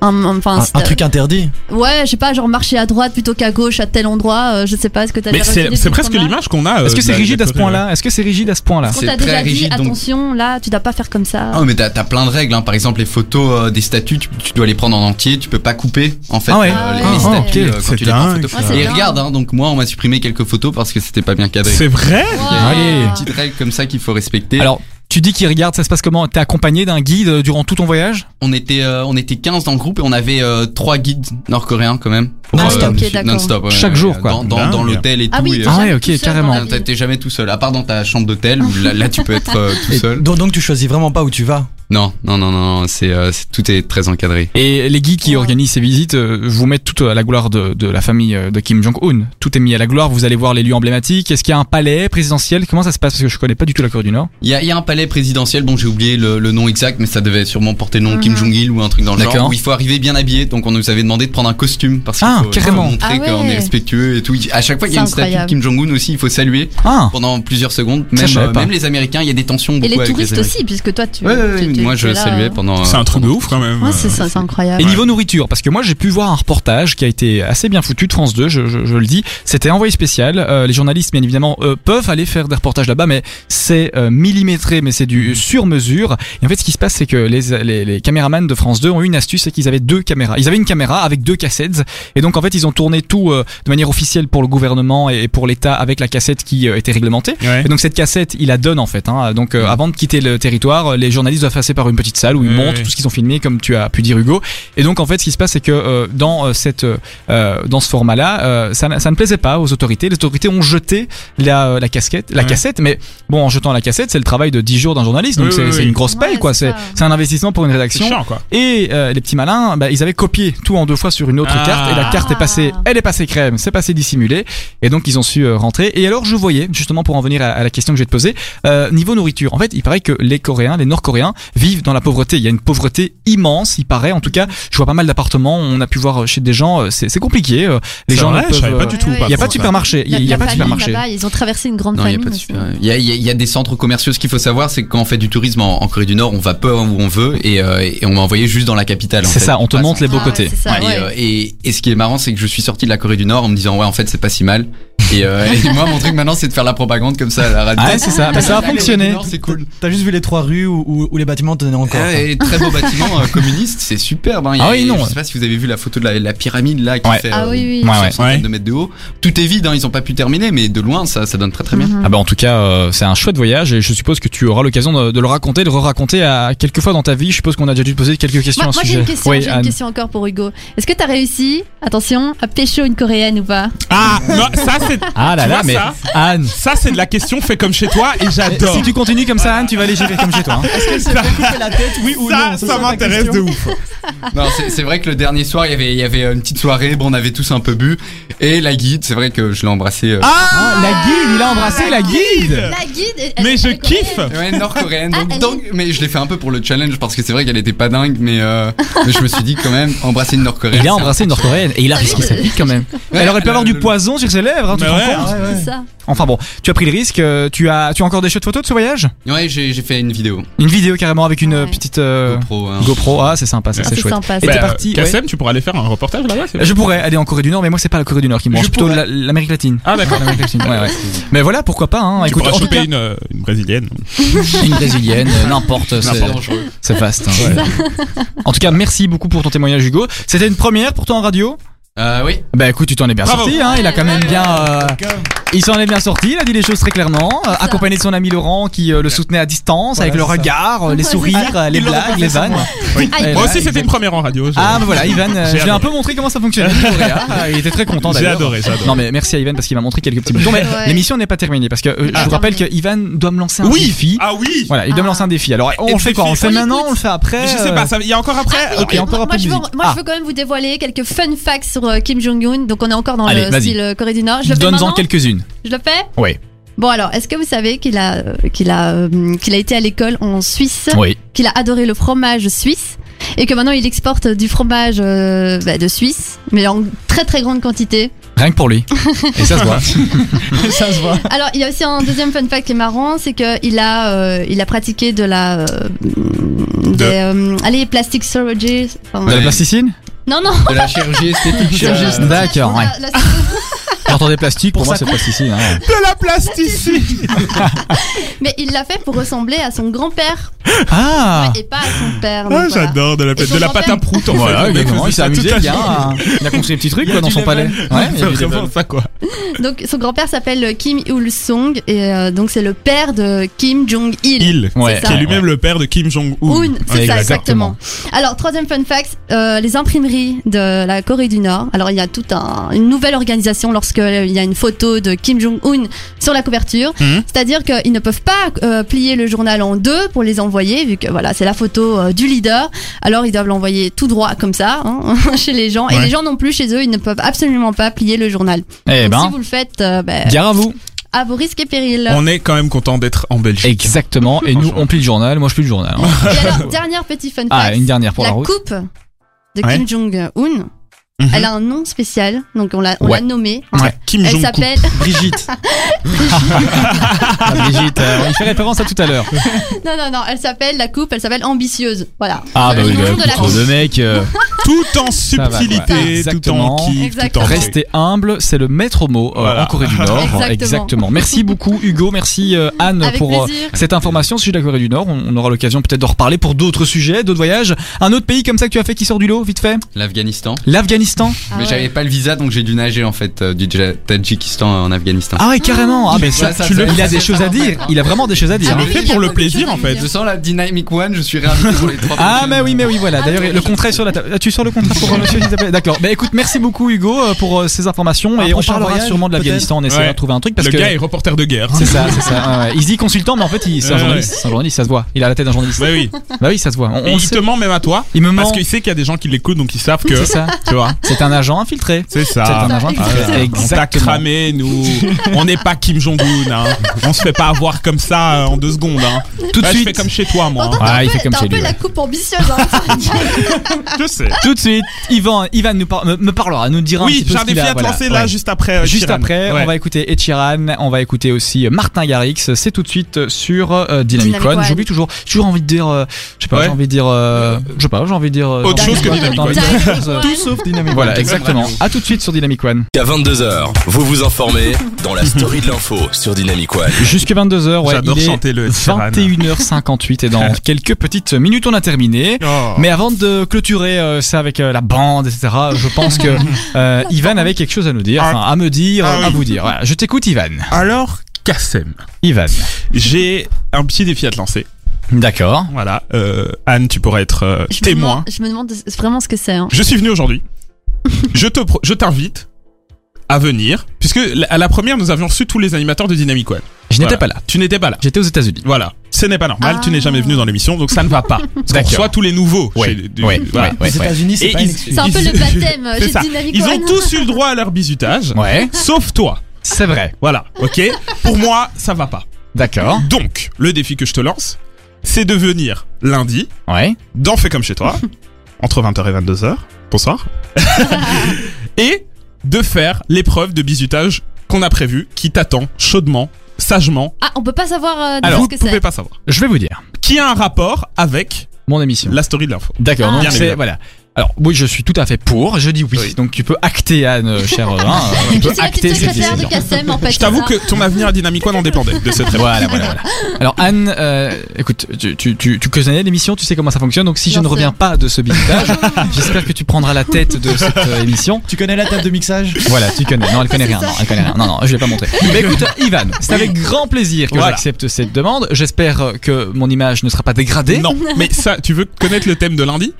Speaker 2: un- un- Enfin,
Speaker 4: Un,
Speaker 2: si
Speaker 4: un
Speaker 2: t'as-
Speaker 4: truc interdit.
Speaker 2: Ouais, je sais pas, genre marcher à droite plutôt qu'à gauche à tel endroit. euh, je sais pas, est-ce que t'avais
Speaker 3: Mais
Speaker 2: reçu
Speaker 3: c'est
Speaker 2: des
Speaker 3: c'est
Speaker 2: petites
Speaker 3: presque
Speaker 2: remarques
Speaker 3: l'image qu'on a. euh,
Speaker 1: Ah, Est-ce que c'est
Speaker 3: de la-
Speaker 1: rigide
Speaker 3: de
Speaker 1: à
Speaker 3: la
Speaker 1: ce
Speaker 3: Corée, ouais.
Speaker 1: point-là Est-ce que c'est rigide à ce point-là
Speaker 2: On
Speaker 5: C'est
Speaker 2: t'a
Speaker 5: très
Speaker 2: déjà dit,
Speaker 5: rigide, donc-
Speaker 2: attention, là, tu dois pas faire comme ça.
Speaker 5: Ah, mais t'as t'as plein de règles, hein. Par exemple, les photos euh, des statues, tu, tu dois les prendre en entier, tu peux pas couper, en fait,
Speaker 1: Ah ouais.
Speaker 5: euh,
Speaker 2: Ah
Speaker 5: les,
Speaker 2: ouais.
Speaker 5: les
Speaker 1: Ah,
Speaker 5: statues
Speaker 1: ok.
Speaker 5: euh, quand
Speaker 3: C'est
Speaker 5: tu les prends en
Speaker 3: dingue,
Speaker 5: photo.
Speaker 2: ça.
Speaker 5: Et
Speaker 2: Ah, c'est
Speaker 5: regarde, hein, donc moi, on m'a supprimé quelques photos parce que c'était pas bien cadré.
Speaker 3: C'est vrai
Speaker 2: Ouah.
Speaker 1: Allez.
Speaker 5: Petite règle comme ça qu'il faut respecter.
Speaker 1: Alors, tu dis qu'il regarde, ça se passe comment T'es accompagné d'un guide euh, durant tout ton voyage
Speaker 5: on était, euh, on était 15 dans le groupe et on avait euh, trois guides nord-coréens quand même. Pour,
Speaker 2: Non-stop, Ah, ok, d'accord.
Speaker 5: non-stop, ouais,
Speaker 1: Chaque
Speaker 5: ouais,
Speaker 1: jour,
Speaker 5: euh,
Speaker 1: quoi.
Speaker 5: Dans, dans, dans
Speaker 3: Dingue.
Speaker 5: l'hôtel et
Speaker 2: Ah
Speaker 5: tout.
Speaker 2: oui,
Speaker 5: et,
Speaker 2: t'es
Speaker 1: Ah
Speaker 5: euh,
Speaker 1: ouais,
Speaker 2: jamais
Speaker 1: ok,
Speaker 2: tout seul dans la
Speaker 1: carrément.
Speaker 2: vie.
Speaker 5: t'es- t'es jamais tout seul, à part dans ta chambre d'hôtel où là, là, tu peux être euh, tout
Speaker 4: Et
Speaker 5: seul.
Speaker 4: donc, donc tu choisis vraiment pas où tu vas.
Speaker 5: Non, non, non, non, non, c'est, euh, c'est- tout est très encadré.
Speaker 1: Et les guides qui
Speaker 2: Ouais.
Speaker 1: organisent ces visites euh, vous mettent tout à la gloire de, de la famille euh, de Kim Jong-un. Tout est mis à la gloire, vous allez voir les lieux emblématiques. Est-ce qu'il y a un palais présidentiel Comment ça se passe Parce que je connais pas du tout la Corée du Nord.
Speaker 5: Il y a, il y a un palais présidentiel, bon j'ai oublié le, le nom exact, mais ça devait sûrement porter le nom
Speaker 2: Mhm.
Speaker 5: Kim Jong-il ou un truc dans le
Speaker 1: D'accord.
Speaker 5: genre, où il faut arriver bien habillé, donc on nous avait demandé de prendre un costume, parce qu'il
Speaker 1: Ah,
Speaker 5: faut, il faut
Speaker 1: carrément.
Speaker 5: montrer
Speaker 2: Ah ouais.
Speaker 5: qu'on est respectueux et tout. À chaque fois qu'il y a une
Speaker 2: C'est
Speaker 5: statue de
Speaker 2: incroyable.
Speaker 5: Kim Jong-un aussi, il faut saluer
Speaker 1: Ah
Speaker 5: pendant plusieurs secondes,
Speaker 1: Ça,
Speaker 5: même,
Speaker 1: je savais
Speaker 5: euh,
Speaker 1: pas.
Speaker 5: même les Américains, il y a des tensions
Speaker 2: Et
Speaker 5: beaucoup
Speaker 2: les
Speaker 5: avec
Speaker 2: touristes
Speaker 5: Américains.
Speaker 2: aussi, puisque toi, tu.
Speaker 5: Ouais, ouais,
Speaker 2: tu-
Speaker 5: ouais,
Speaker 2: tu-
Speaker 5: moi
Speaker 2: tu
Speaker 5: je
Speaker 2: es là,
Speaker 5: saluais
Speaker 2: euh.
Speaker 5: pendant...
Speaker 3: C'est
Speaker 5: euh,
Speaker 3: un truc de
Speaker 5: pendant-
Speaker 3: ouf quand même.
Speaker 2: Ouais, c'est ça, c'est incroyable.
Speaker 1: Et niveau nourriture, parce que moi j'ai pu voir un reportage qui a été assez bien foutu de France 2, je, je- je le dis. C'était envoyé spécial. Euh, les journalistes, bien évidemment, euh, peuvent aller faire des reportages là-bas, mais c'est euh, millimétré, mais c'est du sur mesure. Et en fait, ce qui se passe, c'est que les, les, les caméramans de France 2 ont eu une astuce, c'est qu'ils avaient deux caméras. Ils avaient une caméra avec deux cassettes, et donc en fait, ils ont tourné tout euh, de manière officielle pour le gouvernement et pour l'État avec la cassette qui euh, était réglementée.
Speaker 3: Ouais.
Speaker 1: Et donc cette cassette, il la donne en fait. Hein. Donc euh, avant de quitter le territoire, euh, les journalistes doivent passer par une petite salle où ils
Speaker 3: Oui,
Speaker 1: montrent
Speaker 3: oui.
Speaker 1: tout ce qu'ils ont filmé, comme tu as pu dire Hugo. Et donc en fait, ce qui se passe, c'est que euh, dans euh, cette, euh, euh, dans ce format-là, euh, ça, n- ça ne plaisait pas aux autorités. Les autorités ont jeté la, euh, la casquette, la
Speaker 3: Ouais.
Speaker 1: cassette. Mais bon, en jetant la cassette, c'est le travail de 10 jours d'un journaliste. Donc
Speaker 3: Oui,
Speaker 1: c'est
Speaker 3: oui,
Speaker 1: c'est
Speaker 3: oui.
Speaker 1: une grosse paye,
Speaker 2: Ouais,
Speaker 1: quoi.
Speaker 2: c'est
Speaker 1: C'est
Speaker 2: ça.
Speaker 1: c'est un investissement pour une
Speaker 3: C'est
Speaker 1: rédaction.
Speaker 3: chiant quoi.
Speaker 1: Et euh, les petits malins, bah, ils avaient copié tout en deux fois sur une autre
Speaker 3: Ah.
Speaker 1: carte. Et la carte est passée,
Speaker 2: Ah.
Speaker 1: elle est passée crème, c'est passé dissimulé. Et donc ils ont su euh, rentrer. Et alors je voyais, justement pour en venir à, à la question que je vais te poser, euh, niveau nourriture. En fait, il paraît que les Coréens, les Nord-Coréens vivent dans la pauvreté. Il y a une pauvreté immense, il paraît. En tout cas, je vois pas mal d'appartements. On a pu voir euh, chez des gens, euh, c'est c'est compliqué. euh, Les
Speaker 3: C'est
Speaker 1: gens
Speaker 3: vrai,
Speaker 1: ne
Speaker 3: je savais
Speaker 1: peuvent.
Speaker 3: pas
Speaker 1: euh,
Speaker 3: du tout.
Speaker 2: ouais,
Speaker 1: Il
Speaker 3: par
Speaker 1: y a pas de
Speaker 3: contre, ça.
Speaker 1: supermarché. Il y a-
Speaker 2: La-
Speaker 1: il y a
Speaker 2: la
Speaker 1: pas de
Speaker 2: famine,
Speaker 1: supermarché.
Speaker 2: là-bas, Ils ont traversé une grande
Speaker 5: Non, il y a
Speaker 2: famine.
Speaker 5: pas de
Speaker 2: aussi.
Speaker 5: super- Il y a, il y a- il y a des centres commerciaux. Ce qu'il faut savoir, c'est qu'en fait, du tourisme en, en Corée du Nord, on va peu où on veut et, euh, et on m'a envoyé juste dans la capitale. en
Speaker 1: C'est
Speaker 5: fait.
Speaker 1: ça, on te
Speaker 5: Pas
Speaker 1: montre les beaux
Speaker 2: Ah ouais,
Speaker 1: côtés.
Speaker 2: c'est ça,
Speaker 5: Ouais,
Speaker 2: ouais.
Speaker 5: et, euh, et, et ce qui est marrant, c'est que je suis sorti de la Corée du Nord en me disant ouais, en fait, c'est pas si mal. Et, euh, (laughs) et moi, mon truc maintenant, c'est de faire la propagande comme ça à la radio.
Speaker 1: Ah Ouais, c'est
Speaker 5: (laughs)
Speaker 1: ça. Mais ça a fonctionné.
Speaker 5: C'est cool.
Speaker 4: T'as juste vu les trois rues où, où- où les bâtiments tenaient encore.
Speaker 5: Ouais, et très beau bâtiment euh, communiste, c'est superbe. Hein. Il y a-
Speaker 1: Ah oui, non.
Speaker 5: Je sais pas si vous avez vu la photo de la, la pyramide là qui
Speaker 1: Ouais.
Speaker 5: fait
Speaker 2: Ah
Speaker 5: euh,
Speaker 2: oui, oui.
Speaker 1: Ouais, ouais.
Speaker 5: une centaine
Speaker 3: Ouais.
Speaker 5: de mètres de haut. Tout est vide, hein, ils ont pas pu terminer, mais de loin, ça, ça donne très très bien.
Speaker 2: Mhm.
Speaker 1: Ah bah en tout cas, euh, c'est un chouette voyage et je suppose que tu auras l'occasion de, de le raconter, de le raconter à quelques fois dans ta vie. Je suppose qu'on a déjà dû te poser quelques questions
Speaker 2: Moi,
Speaker 1: à ce
Speaker 2: moi, j'ai
Speaker 1: sujet.
Speaker 2: une question,
Speaker 1: Oui,
Speaker 2: j'ai une
Speaker 1: Anne.
Speaker 2: question encore pour Hugo. Est-ce que t'as réussi, attention, à pécho une coréenne ou pas
Speaker 3: Ah, non, ça c'est
Speaker 1: Ah là
Speaker 3: Tu
Speaker 1: là,
Speaker 3: vois
Speaker 1: mais
Speaker 3: ça
Speaker 1: Anne.
Speaker 3: ça c'est de la question fait comme chez toi et j'adore.
Speaker 1: Si tu continues comme ça, Anne, tu vas aller gérer comme chez toi. hein.
Speaker 4: la tête, oui ou
Speaker 3: Ça,
Speaker 4: non
Speaker 3: ça m'intéresse de ouf.
Speaker 5: Non, c'est- c'est vrai que le dernier soir, il y avait, il y avait euh, une petite soirée. Bon, on avait tous un peu bu. Et la guide, c'est vrai que je l'ai embrassée. euh,
Speaker 1: Ah, la guide, il a embrassé la guide.
Speaker 2: La guide (laughs)
Speaker 3: Mais je kiffe.
Speaker 5: Ouais, nord-coréenne. Donc,
Speaker 2: Ah, elle
Speaker 5: donc- mais je l'ai fait un peu pour le challenge parce que c'est vrai qu'elle était pas dingue, mais, euh, mais je me suis dit quand même embrasser une nord-coréenne.
Speaker 1: Il a
Speaker 5: c'est
Speaker 1: embrassé une nord-coréenne
Speaker 2: Ah,
Speaker 1: et il a risqué sa vie quand même.
Speaker 5: Ouais,
Speaker 1: Elle aurait pu
Speaker 5: le-
Speaker 1: avoir du
Speaker 5: le-
Speaker 1: poison sur ses lèvres, hein, tu te
Speaker 3: Euh, Mais
Speaker 1: rends
Speaker 3: ouais.
Speaker 1: compte
Speaker 2: C'est ça.
Speaker 1: Enfin bon, tu as pris le risque. euh, Tu as, tu as encore des chouettes photos de ce voyage
Speaker 5: Ouais, j'ai, j'ai fait une vidéo
Speaker 1: Une vidéo carrément avec une euh,
Speaker 2: Ouais.
Speaker 1: petite euh,
Speaker 5: GoPro. hein.
Speaker 1: GoPro. Ah, c'est sympa, ça,
Speaker 2: Ah,
Speaker 1: c'est
Speaker 2: C'est
Speaker 1: chouette.
Speaker 2: sympa.
Speaker 1: Et
Speaker 2: ça.
Speaker 1: t'es
Speaker 3: euh,
Speaker 1: parti,
Speaker 3: Kassem, tu pourras aller faire un reportage là-bas c'est bon
Speaker 1: Je pourrais aller en Corée du Nord, mais moi c'est pas la Corée du Nord qui me branche,
Speaker 3: Je
Speaker 1: plutôt
Speaker 3: pourrais.
Speaker 1: la- l'Amérique latine.
Speaker 3: Ah d'accord.
Speaker 1: L'Amérique latine, ouais, ouais. Mais voilà, pourquoi pas. Hein.
Speaker 3: Tu
Speaker 1: Écoute,
Speaker 3: pourras
Speaker 1: en tout
Speaker 3: choper
Speaker 1: cas, Eh
Speaker 3: une, euh, une brésilienne.
Speaker 1: une brésilienne, euh, n'importe,
Speaker 5: C'est
Speaker 1: c'est-
Speaker 5: dangereux.
Speaker 1: c'est vaste. hein. En tout cas, merci beaucoup pour ton témoignage, Hugo. C'était une première pour toi en radio.
Speaker 5: Euh, oui.
Speaker 1: Bah écoute, tu t'en es bien
Speaker 3: Bravo.
Speaker 1: sorti. Hein. Il a quand même bien, euh, il s'en est bien sorti. Il a dit les choses très clairement, euh, accompagné de son ami Laurent qui euh, le soutenait à distance
Speaker 4: Voilà,
Speaker 1: avec le
Speaker 4: c'est ça.
Speaker 1: regard, euh, les
Speaker 2: Ouais, c'est
Speaker 1: sourires, euh, les
Speaker 4: Il l'aurait pas
Speaker 1: blagues,
Speaker 4: fait
Speaker 1: les
Speaker 4: sans
Speaker 1: vannes.
Speaker 4: moi.
Speaker 1: Et
Speaker 2: Ah,
Speaker 3: Moi
Speaker 1: là,
Speaker 3: aussi c'était
Speaker 1: Ivan-
Speaker 3: une première en radio. je-
Speaker 1: ben, Ah bah voilà, Ivan, euh,
Speaker 3: J'ai
Speaker 1: je lui ai un
Speaker 3: adoré.
Speaker 1: peu montré comment ça fonctionnait. le Coréa.
Speaker 3: (laughs)
Speaker 1: Euh, il était très content
Speaker 3: J'ai
Speaker 1: d'ailleurs.
Speaker 3: adoré, j'ai adoré.
Speaker 1: Non mais merci à Ivan parce qu'il m'a montré quelques petits boutons. Mais
Speaker 2: Ouais.
Speaker 1: l'émission n'est pas terminée parce que euh, je
Speaker 2: Ah.
Speaker 1: vous rappelle que Ivan doit me lancer un
Speaker 3: Oui.
Speaker 1: défi.
Speaker 3: Ah oui.
Speaker 1: Voilà, il doit me
Speaker 2: Ah.
Speaker 1: lancer un défi. Alors on
Speaker 3: Et
Speaker 1: le
Speaker 3: le
Speaker 1: fait quoi On
Speaker 3: défi-
Speaker 1: le fait
Speaker 3: on
Speaker 1: maintenant,
Speaker 2: écoute.
Speaker 1: on le fait après.
Speaker 3: Je sais
Speaker 1: euh,
Speaker 3: pas, ça- il y a encore après.
Speaker 2: Ah oui,
Speaker 3: Ok.
Speaker 1: Ok, encore un
Speaker 2: moi,
Speaker 1: peu de
Speaker 2: je veux,
Speaker 1: musique.
Speaker 2: moi,
Speaker 1: Ah.
Speaker 2: je veux quand même vous dévoiler quelques fun facts sur euh, Kim Jong-un. Donc, on est encore dans
Speaker 1: Allez,
Speaker 2: le
Speaker 1: vas-y.
Speaker 2: style euh, Corée du Nord. Je le fais
Speaker 1: Donne-en
Speaker 2: maintenant
Speaker 1: quelques-unes.
Speaker 2: Je le fais
Speaker 1: Ouais.
Speaker 2: Bon alors, est-ce que vous savez qu'il a, euh, qu'il a, euh, qu'il a été à l'école en Suisse,
Speaker 1: Oui.
Speaker 2: qu'il a adoré le fromage suisse et que maintenant il exporte du fromage euh, bah, de Suisse, mais en très très grande quantité.
Speaker 1: Rien que pour lui. Et ça se
Speaker 3: (laughs)
Speaker 1: voit.
Speaker 4: ça se voit.
Speaker 2: Alors, il y a aussi un deuxième fun fact qui est marrant, c'est qu'il a, euh, il a pratiqué de la, euh, des, euh, allez, plastic surgery. enfin,
Speaker 1: De la
Speaker 5: Ouais.
Speaker 1: plasticine
Speaker 2: Non, non.
Speaker 5: De la chirurgie esthétique.
Speaker 1: Chirurgie
Speaker 5: euh,
Speaker 1: esthétique. D'accord, Ah, ouais.
Speaker 2: La- la-
Speaker 1: J'entendais plastique, pour, moi c'est plasticine. hein.
Speaker 3: De la plasticine
Speaker 2: mais il l'a fait pour ressembler à son grand-père
Speaker 1: Ah
Speaker 2: et pas à son père. donc
Speaker 3: Ah,
Speaker 2: voilà.
Speaker 3: j'adore, de la,
Speaker 2: Et
Speaker 3: pla-
Speaker 2: son
Speaker 3: de la
Speaker 2: grand-père.
Speaker 3: pâte à prout en fait.
Speaker 1: Voilà,
Speaker 3: Le mec
Speaker 1: exactement,
Speaker 3: faisait
Speaker 1: il s'est
Speaker 3: ça toute
Speaker 1: amusé,
Speaker 3: la
Speaker 1: il a,
Speaker 3: journée.
Speaker 1: il a construit des petits trucs
Speaker 4: Il y a
Speaker 1: quoi, dans
Speaker 4: du
Speaker 1: son palais.
Speaker 4: level.
Speaker 1: Ouais, il y a
Speaker 3: C'est
Speaker 1: du
Speaker 3: vraiment
Speaker 1: level.
Speaker 3: ça quoi.
Speaker 2: Donc son grand-père s'appelle Kim Il Sung et euh, donc c'est le père de Kim Jong Il.
Speaker 3: Il,
Speaker 1: Ouais,
Speaker 2: ça.
Speaker 3: qui est lui-même le père de Kim Jong-un.
Speaker 2: Un, c'est
Speaker 1: Ouais,
Speaker 2: ça
Speaker 1: exactement.
Speaker 2: exactement. Alors troisième fun fact, euh, les imprimeries de la Corée du Nord. Alors il y a toute un- une nouvelle organisation lorsque euh, il y a une photo de Kim Jong Un sur la couverture.
Speaker 3: Mhm.
Speaker 2: C'est-à-dire qu'ils ne peuvent pas euh, plier le journal en deux pour les envoyer vu que voilà c'est la photo euh, du leader. Alors ils doivent l'envoyer tout droit comme ça hein, (laughs) chez les gens et
Speaker 3: Ouais.
Speaker 2: les gens non plus chez eux ils ne peuvent absolument pas plier le journal.
Speaker 1: Eh
Speaker 2: Donc,
Speaker 1: ben,
Speaker 2: si vous le faites, euh, ben,
Speaker 1: gare à vous.
Speaker 2: à vos risques et périls.
Speaker 3: On est quand même content d'être en Belgique.
Speaker 1: Exactement, et nous on plie le journal, moi je plie le journal. hein.
Speaker 2: Et
Speaker 1: (laughs)
Speaker 2: alors, dernière petite fun fact.
Speaker 1: Ah, une dernière pour la
Speaker 2: la
Speaker 1: route.
Speaker 2: coupe de
Speaker 3: Ouais.
Speaker 2: Kim Jong-un,
Speaker 3: Mhm.
Speaker 2: elle a un nom spécial, donc on l'a on
Speaker 1: Ouais.
Speaker 2: l'a nommée.
Speaker 3: Ouais, Kim
Speaker 2: Elle
Speaker 3: Jong-un. (laughs)
Speaker 2: s'appelle.
Speaker 4: Brigitte.
Speaker 1: Ah, Brigitte, euh, il fait référence à tout à l'heure.
Speaker 2: (laughs) Non, non, non, elle s'appelle la coupe, elle s'appelle Ambitieuse. Voilà.
Speaker 1: Ah
Speaker 5: bah oui, bah,
Speaker 2: écoute,
Speaker 1: le mec, euh,
Speaker 3: Tout
Speaker 1: va,
Speaker 3: en
Speaker 1: quoi.
Speaker 3: subtilité, tout en
Speaker 1: Exactement.
Speaker 3: qui, tout en
Speaker 2: Exactement.
Speaker 3: Reste-
Speaker 1: restez humble, c'est le maître mot euh,
Speaker 3: Voilà.
Speaker 1: en Corée du Nord.
Speaker 2: (laughs) Exactement.
Speaker 1: Merci beaucoup Hugo, merci euh, Anne
Speaker 2: Avec
Speaker 1: pour euh,
Speaker 2: plaisir.
Speaker 1: cette information sur la Corée du Nord. On, on aura l'occasion peut-être d'en reparler pour d'autres sujets, d'autres voyages. Un autre pays comme ça que tu as fait qui sort du lot, vite fait
Speaker 5: L'Afghanistan.
Speaker 1: L'Afghanistan
Speaker 2: Ah
Speaker 5: mais
Speaker 2: ouais.
Speaker 5: j'avais pas le visa, donc j'ai dû nager en fait euh, du Dja- Tadjikistan en Afghanistan.
Speaker 1: Ah ouais, carrément. Ah, mais ça,
Speaker 5: Ouais, ça,
Speaker 1: tu le-
Speaker 5: c'est-
Speaker 1: il a des
Speaker 5: c'est
Speaker 1: choses à
Speaker 5: parfait,
Speaker 1: dire.
Speaker 5: hein.
Speaker 1: Il a vraiment des choses à dire.
Speaker 2: Ah
Speaker 3: On
Speaker 1: hein.
Speaker 3: le
Speaker 2: oui,
Speaker 3: fait
Speaker 2: il y a
Speaker 3: pour le
Speaker 2: beaucoup de
Speaker 3: plaisir
Speaker 2: choses
Speaker 3: en
Speaker 2: à
Speaker 3: fait.
Speaker 2: dire.
Speaker 5: Je sens la Dynamic One, je suis réinvité pour les (laughs) trois
Speaker 1: Ah
Speaker 5: prochaines.
Speaker 1: mais oui mais oui voilà
Speaker 2: Ah,
Speaker 1: d'ailleurs
Speaker 2: oui.
Speaker 1: le contrat est sur la table Ah, tu sors le contrat pour euh, monsieur s'il te plaît d'accord bah écoute merci beaucoup Hugo euh, pour euh, ces informations
Speaker 4: Un
Speaker 1: et on
Speaker 4: prochain
Speaker 1: parlera
Speaker 4: voyage,
Speaker 1: sûrement de l'Afghanistan on essaiera
Speaker 3: Ouais.
Speaker 1: de trouver un truc parce
Speaker 3: Le
Speaker 1: que
Speaker 3: gars est reporter de guerre. hein.
Speaker 1: C'est ça, c'est ça. Il dit consultant, mais en fait, il- c'est un
Speaker 3: Ouais,
Speaker 1: journaliste. C'est un journaliste, ça se voit. Il a la tête d'un journaliste.
Speaker 3: Ouais, oui.
Speaker 1: Bah oui, ça se voit. On, on
Speaker 3: Et
Speaker 1: le
Speaker 3: il
Speaker 1: sait.
Speaker 3: te ment même à toi.
Speaker 1: Il me ment.
Speaker 3: Parce qu'il sait qu'il y a des gens qui l'écoutent, donc ils savent que.
Speaker 1: C'est ça.
Speaker 3: Tu vois.
Speaker 1: C'est un agent infiltré.
Speaker 3: C'est
Speaker 1: C'est un
Speaker 3: ça.
Speaker 1: agent
Speaker 3: Ah ouais.
Speaker 1: infiltré.
Speaker 3: On t'a
Speaker 1: Exactement.
Speaker 3: cramé, nous. On n'est pas Kim Jong-un. hein. On se fait pas avoir comme ça euh, en deux secondes. hein.
Speaker 1: Tout de
Speaker 3: Ouais, Je fais
Speaker 1: suite.
Speaker 3: comme chez toi, moi. hein.
Speaker 2: Pourtant,
Speaker 1: Ah,
Speaker 2: t'as un
Speaker 1: il
Speaker 2: peu-
Speaker 1: fait comme
Speaker 2: t'as
Speaker 1: chez
Speaker 2: un peu
Speaker 1: lui,
Speaker 2: la
Speaker 1: ouais.
Speaker 2: coupe ambitieuse.
Speaker 3: (laughs)
Speaker 2: hein.
Speaker 3: Je sais.
Speaker 1: Tout de suite. Ivan, Ivan nous par- me, me parlera, nous dira un
Speaker 3: Oui,
Speaker 1: petit peu
Speaker 3: j'ai
Speaker 1: ce
Speaker 3: un
Speaker 1: qu'il
Speaker 3: défi
Speaker 1: a,
Speaker 3: à te
Speaker 1: voilà.
Speaker 3: lancer là
Speaker 1: Ouais.
Speaker 3: juste après. euh,
Speaker 1: Juste
Speaker 3: Kiran.
Speaker 1: après,
Speaker 3: Ouais.
Speaker 1: on va écouter Ed Sheeran, on va écouter aussi Martin Garrix. C'est tout de suite sur euh, Dynamic,
Speaker 2: Dynamic
Speaker 1: One.
Speaker 2: One.
Speaker 1: J'oublie toujours, j'ai toujours envie de dire, euh, je sais pas,
Speaker 3: Ouais.
Speaker 1: j'ai envie de dire, euh, je sais pas, j'ai envie de dire euh,
Speaker 3: Autre
Speaker 1: j'ai
Speaker 3: chose
Speaker 1: envie
Speaker 3: que
Speaker 1: de dire-
Speaker 3: Dynamic
Speaker 1: j'ai envie de dire autre chose. euh,
Speaker 4: Tout sauf dynamique.
Speaker 1: Voilà,
Speaker 5: Dynamic
Speaker 1: exactement.
Speaker 5: Radio.
Speaker 1: À tout de suite sur Dynamic One.
Speaker 6: Qu'à 22h, vous vous informez dans la story de l'info sur Dynamic One.
Speaker 1: Jusque 22h, ouais.
Speaker 3: J'adore
Speaker 1: il est
Speaker 3: chanter le Ed Sheeran.
Speaker 1: 21h58 et dans quelques petites minutes on a terminé.
Speaker 3: Oh.
Speaker 1: Mais avant de clôturer euh, ça avec euh, la bande, etc., je pense
Speaker 3: (laughs)
Speaker 1: que euh, Ivan avait quelque chose à nous dire,
Speaker 3: Ah.
Speaker 1: enfin à me dire,
Speaker 3: Ah oui.
Speaker 1: à vous dire. Voilà, je t'écoute Ivan.
Speaker 3: Alors, Kassem,
Speaker 1: Ivan.
Speaker 3: j'ai un petit défi à te lancer.
Speaker 1: D'accord.
Speaker 3: Voilà. euh, Anne, tu pourrais être euh,
Speaker 2: Je me
Speaker 3: témoin.
Speaker 2: demande- Je me demande vraiment ce que c'est.
Speaker 3: (laughs)
Speaker 2: hein.
Speaker 3: Je suis
Speaker 1: (laughs)
Speaker 3: venu aujourd'hui. je te, pro- je t'invite à venir, puisque la- à la première nous avions reçu tous les animateurs de Dynamic One.
Speaker 1: Je n'étais
Speaker 3: Voilà.
Speaker 1: pas là.
Speaker 3: Tu n'étais pas là.
Speaker 1: J'étais aux États-Unis.
Speaker 3: Voilà. Ce n'est pas normal. Tu n'es jamais venu dans l'émission, donc ça
Speaker 1: (laughs)
Speaker 3: ne va pas. Parce qu'on
Speaker 1: Ah. D'accord.
Speaker 3: reçoit tous les nouveaux.
Speaker 1: Ouais,
Speaker 3: chez- du-
Speaker 1: ouais,
Speaker 3: voilà.
Speaker 1: ouais,
Speaker 4: Les États-Unis, c'est
Speaker 3: Et
Speaker 4: pas
Speaker 3: ils-
Speaker 4: une excuse.
Speaker 2: C'est un peu
Speaker 3: Ils-
Speaker 2: le baptême.
Speaker 3: C'est
Speaker 2: J'ai
Speaker 3: ça.
Speaker 2: Dynamic
Speaker 3: Ils
Speaker 2: One.
Speaker 3: ont tous eu le droit à leur bisutage,
Speaker 1: Ouais.
Speaker 3: sauf toi.
Speaker 1: C'est vrai.
Speaker 3: Voilà. Ok. Pour moi, ça va pas.
Speaker 1: D'accord.
Speaker 3: Donc, le défi que je te lance, c'est de venir lundi
Speaker 1: Ouais.
Speaker 3: dans Fait comme
Speaker 1: (laughs)
Speaker 3: chez toi, entre 20h et 22h. Bonsoir. (laughs) et de faire l'épreuve de bisutage qu'on a prévue, qui t'attend chaudement, sagement.
Speaker 2: Ah, on peut pas savoir euh, déjà
Speaker 3: Alors,
Speaker 2: ce
Speaker 3: vous
Speaker 2: que
Speaker 3: pouvez
Speaker 2: c'est.
Speaker 3: pas savoir.
Speaker 1: Je vais vous dire.
Speaker 3: Qui a un rapport avec
Speaker 1: Mon émission.
Speaker 3: la story de l'info.
Speaker 1: D'accord.
Speaker 2: Ah.
Speaker 1: Donc
Speaker 3: Bien
Speaker 1: c'est
Speaker 3: évidemment.
Speaker 1: voilà. Alors oui, je suis tout à fait pour. Je dis oui.
Speaker 3: Oui.
Speaker 1: Donc tu peux acter Anne, euh, chère. euh,
Speaker 3: (laughs)
Speaker 1: hein, euh, tu
Speaker 2: Je
Speaker 1: peux
Speaker 2: suis la petite
Speaker 1: cette
Speaker 2: secrétaire de
Speaker 1: décision.
Speaker 2: Kassem en fait. Ah
Speaker 3: Je t'avoue
Speaker 2: c'est
Speaker 3: que ton avenir à Dynamic One en dépendait
Speaker 1: (laughs)
Speaker 3: de cette réponse.
Speaker 1: Ah. Voilà, voilà, voilà. Alors Anne, euh, écoute, tu, tu, tu, tu connais l'émission, tu sais comment ça fonctionne, donc si je
Speaker 2: Bien
Speaker 1: ne
Speaker 2: sûr.
Speaker 1: reviens pas de ce
Speaker 3: (laughs)
Speaker 1: billetage, j'espère que tu prendras la tête de cette euh, émission.
Speaker 4: Tu connais la table de mixage
Speaker 1: Voilà, tu connais.
Speaker 3: Ah,
Speaker 1: Non, elle connaît rien. Non, elle connaît rien. Non, non, je l'ai pas
Speaker 3: (laughs)
Speaker 1: montré. Mais écoute, Ivan, c'est avec grand plaisir que
Speaker 3: Voilà.
Speaker 1: j'accepte cette demande. J'espère que mon image ne sera pas dégradée.
Speaker 3: Non, mais ça, tu veux connaître le thème de lundi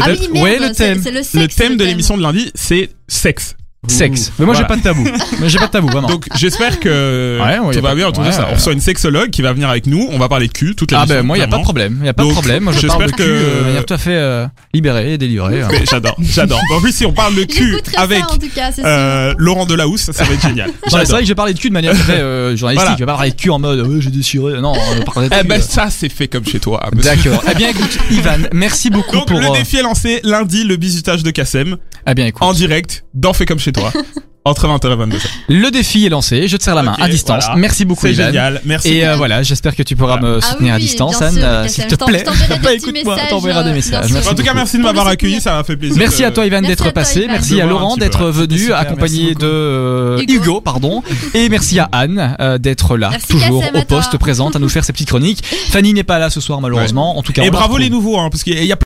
Speaker 2: Ah
Speaker 3: Peut-être
Speaker 2: oui, merde,
Speaker 1: Ouais, le
Speaker 2: c'est-
Speaker 1: thème.
Speaker 2: c'est le,
Speaker 3: Le
Speaker 2: sexe,
Speaker 3: thème de l'émission de lundi, c'est sexe.
Speaker 1: sexe. Mais moi,
Speaker 3: Voilà.
Speaker 1: j'ai pas de tabou. Mais j'ai pas de tabou, vraiment.
Speaker 3: (laughs) Donc j'espère que
Speaker 1: Ouais, ouais, y
Speaker 3: tout
Speaker 1: a
Speaker 3: va
Speaker 1: pas-
Speaker 3: bien autour
Speaker 1: ouais,
Speaker 3: de ça.
Speaker 1: ouais.
Speaker 3: On reçoit une sexologue qui va venir avec nous. On va parler de cul toute la
Speaker 1: ah ben moi, il y a pas de problème. Il y a pas de
Speaker 3: Donc,
Speaker 1: problème. Moi, je parle de
Speaker 3: j'espère
Speaker 1: cul
Speaker 3: que-
Speaker 1: euh, de manière tout à fait euh, libérée et délivrée.
Speaker 2: Ah
Speaker 1: hein.
Speaker 3: Mais j'adore, j'adore. En plus, si on parle de cul
Speaker 2: J'écouterai
Speaker 3: avec
Speaker 2: ça en tout cas, c'est sûr.
Speaker 3: euh, Laurent Delahousse, ça va être (laughs) génial.
Speaker 1: Non, mais C'est
Speaker 3: J'adore.
Speaker 1: vrai que j'ai parlé de cul de manière tout à fait euh, journalistique.
Speaker 3: Voilà.
Speaker 1: Je vais pas parler de cul en mode ouais, j'ai déchiré. Non, on va parler de
Speaker 3: Eh
Speaker 1: cul,
Speaker 3: ben
Speaker 1: euh.
Speaker 3: ça, c'est fait comme chez toi. monsieur.
Speaker 1: D'accord. Eh bien écoute, Ivan, merci beaucoup
Speaker 3: Donc
Speaker 1: pour.
Speaker 3: le
Speaker 1: euh,
Speaker 3: défi est lancé lundi, le bisutage de Kassem,
Speaker 1: eh bien écoute,
Speaker 3: en direct, dans Fait comme chez (laughs) toi, entre 20h et 22h.
Speaker 1: le défi est lancé. Je te serre la main
Speaker 3: Ok,
Speaker 1: à distance.
Speaker 3: voilà.
Speaker 1: Merci beaucoup,
Speaker 3: C'est
Speaker 1: Ivan.
Speaker 3: génial, merci.
Speaker 1: Et euh, voilà, j'espère que tu pourras me
Speaker 2: Ah
Speaker 1: euh, soutenir à
Speaker 2: oui, oui,
Speaker 1: distance,
Speaker 2: bien
Speaker 1: Anne,
Speaker 2: sûr,
Speaker 1: euh,
Speaker 2: Cassem.
Speaker 1: s'il
Speaker 2: Je
Speaker 1: te
Speaker 2: t'en-
Speaker 1: plaît.
Speaker 2: je
Speaker 1: (laughs)
Speaker 2: t'enverrai
Speaker 1: Bah,
Speaker 2: des petits
Speaker 1: écoute-moi,
Speaker 2: messages,
Speaker 1: t'enverras des
Speaker 2: euh,
Speaker 1: messages.
Speaker 2: bien sûr.
Speaker 1: Merci
Speaker 3: en tout cas,
Speaker 1: beaucoup.
Speaker 3: merci de
Speaker 2: Pour
Speaker 3: m'avoir
Speaker 2: les
Speaker 3: accueilli,
Speaker 2: soutenir.
Speaker 3: ça m'a fait plaisir.
Speaker 1: Merci
Speaker 3: de-
Speaker 1: à toi Ivan
Speaker 2: Merci
Speaker 1: d'être
Speaker 2: à toi,
Speaker 1: passé,
Speaker 2: Ivan.
Speaker 1: merci à
Speaker 3: De voir un
Speaker 1: Laurent
Speaker 3: petit
Speaker 1: d'être
Speaker 3: peu.
Speaker 1: venu
Speaker 4: Super,
Speaker 1: accompagné
Speaker 4: merci
Speaker 1: de
Speaker 4: beaucoup.
Speaker 1: euh,
Speaker 2: Hugo.
Speaker 1: Hugo pardon et merci à Anne euh, d'être là
Speaker 2: Merci,
Speaker 1: toujours
Speaker 2: Kassem,
Speaker 1: au
Speaker 2: à toi.
Speaker 1: poste présente à nous faire ses petites chroniques. Fanny n'est pas là ce soir malheureusement en tout cas.
Speaker 3: Et
Speaker 1: on la
Speaker 3: bravo
Speaker 1: retrouve.
Speaker 3: les nouveaux, hein, parce qu'il y a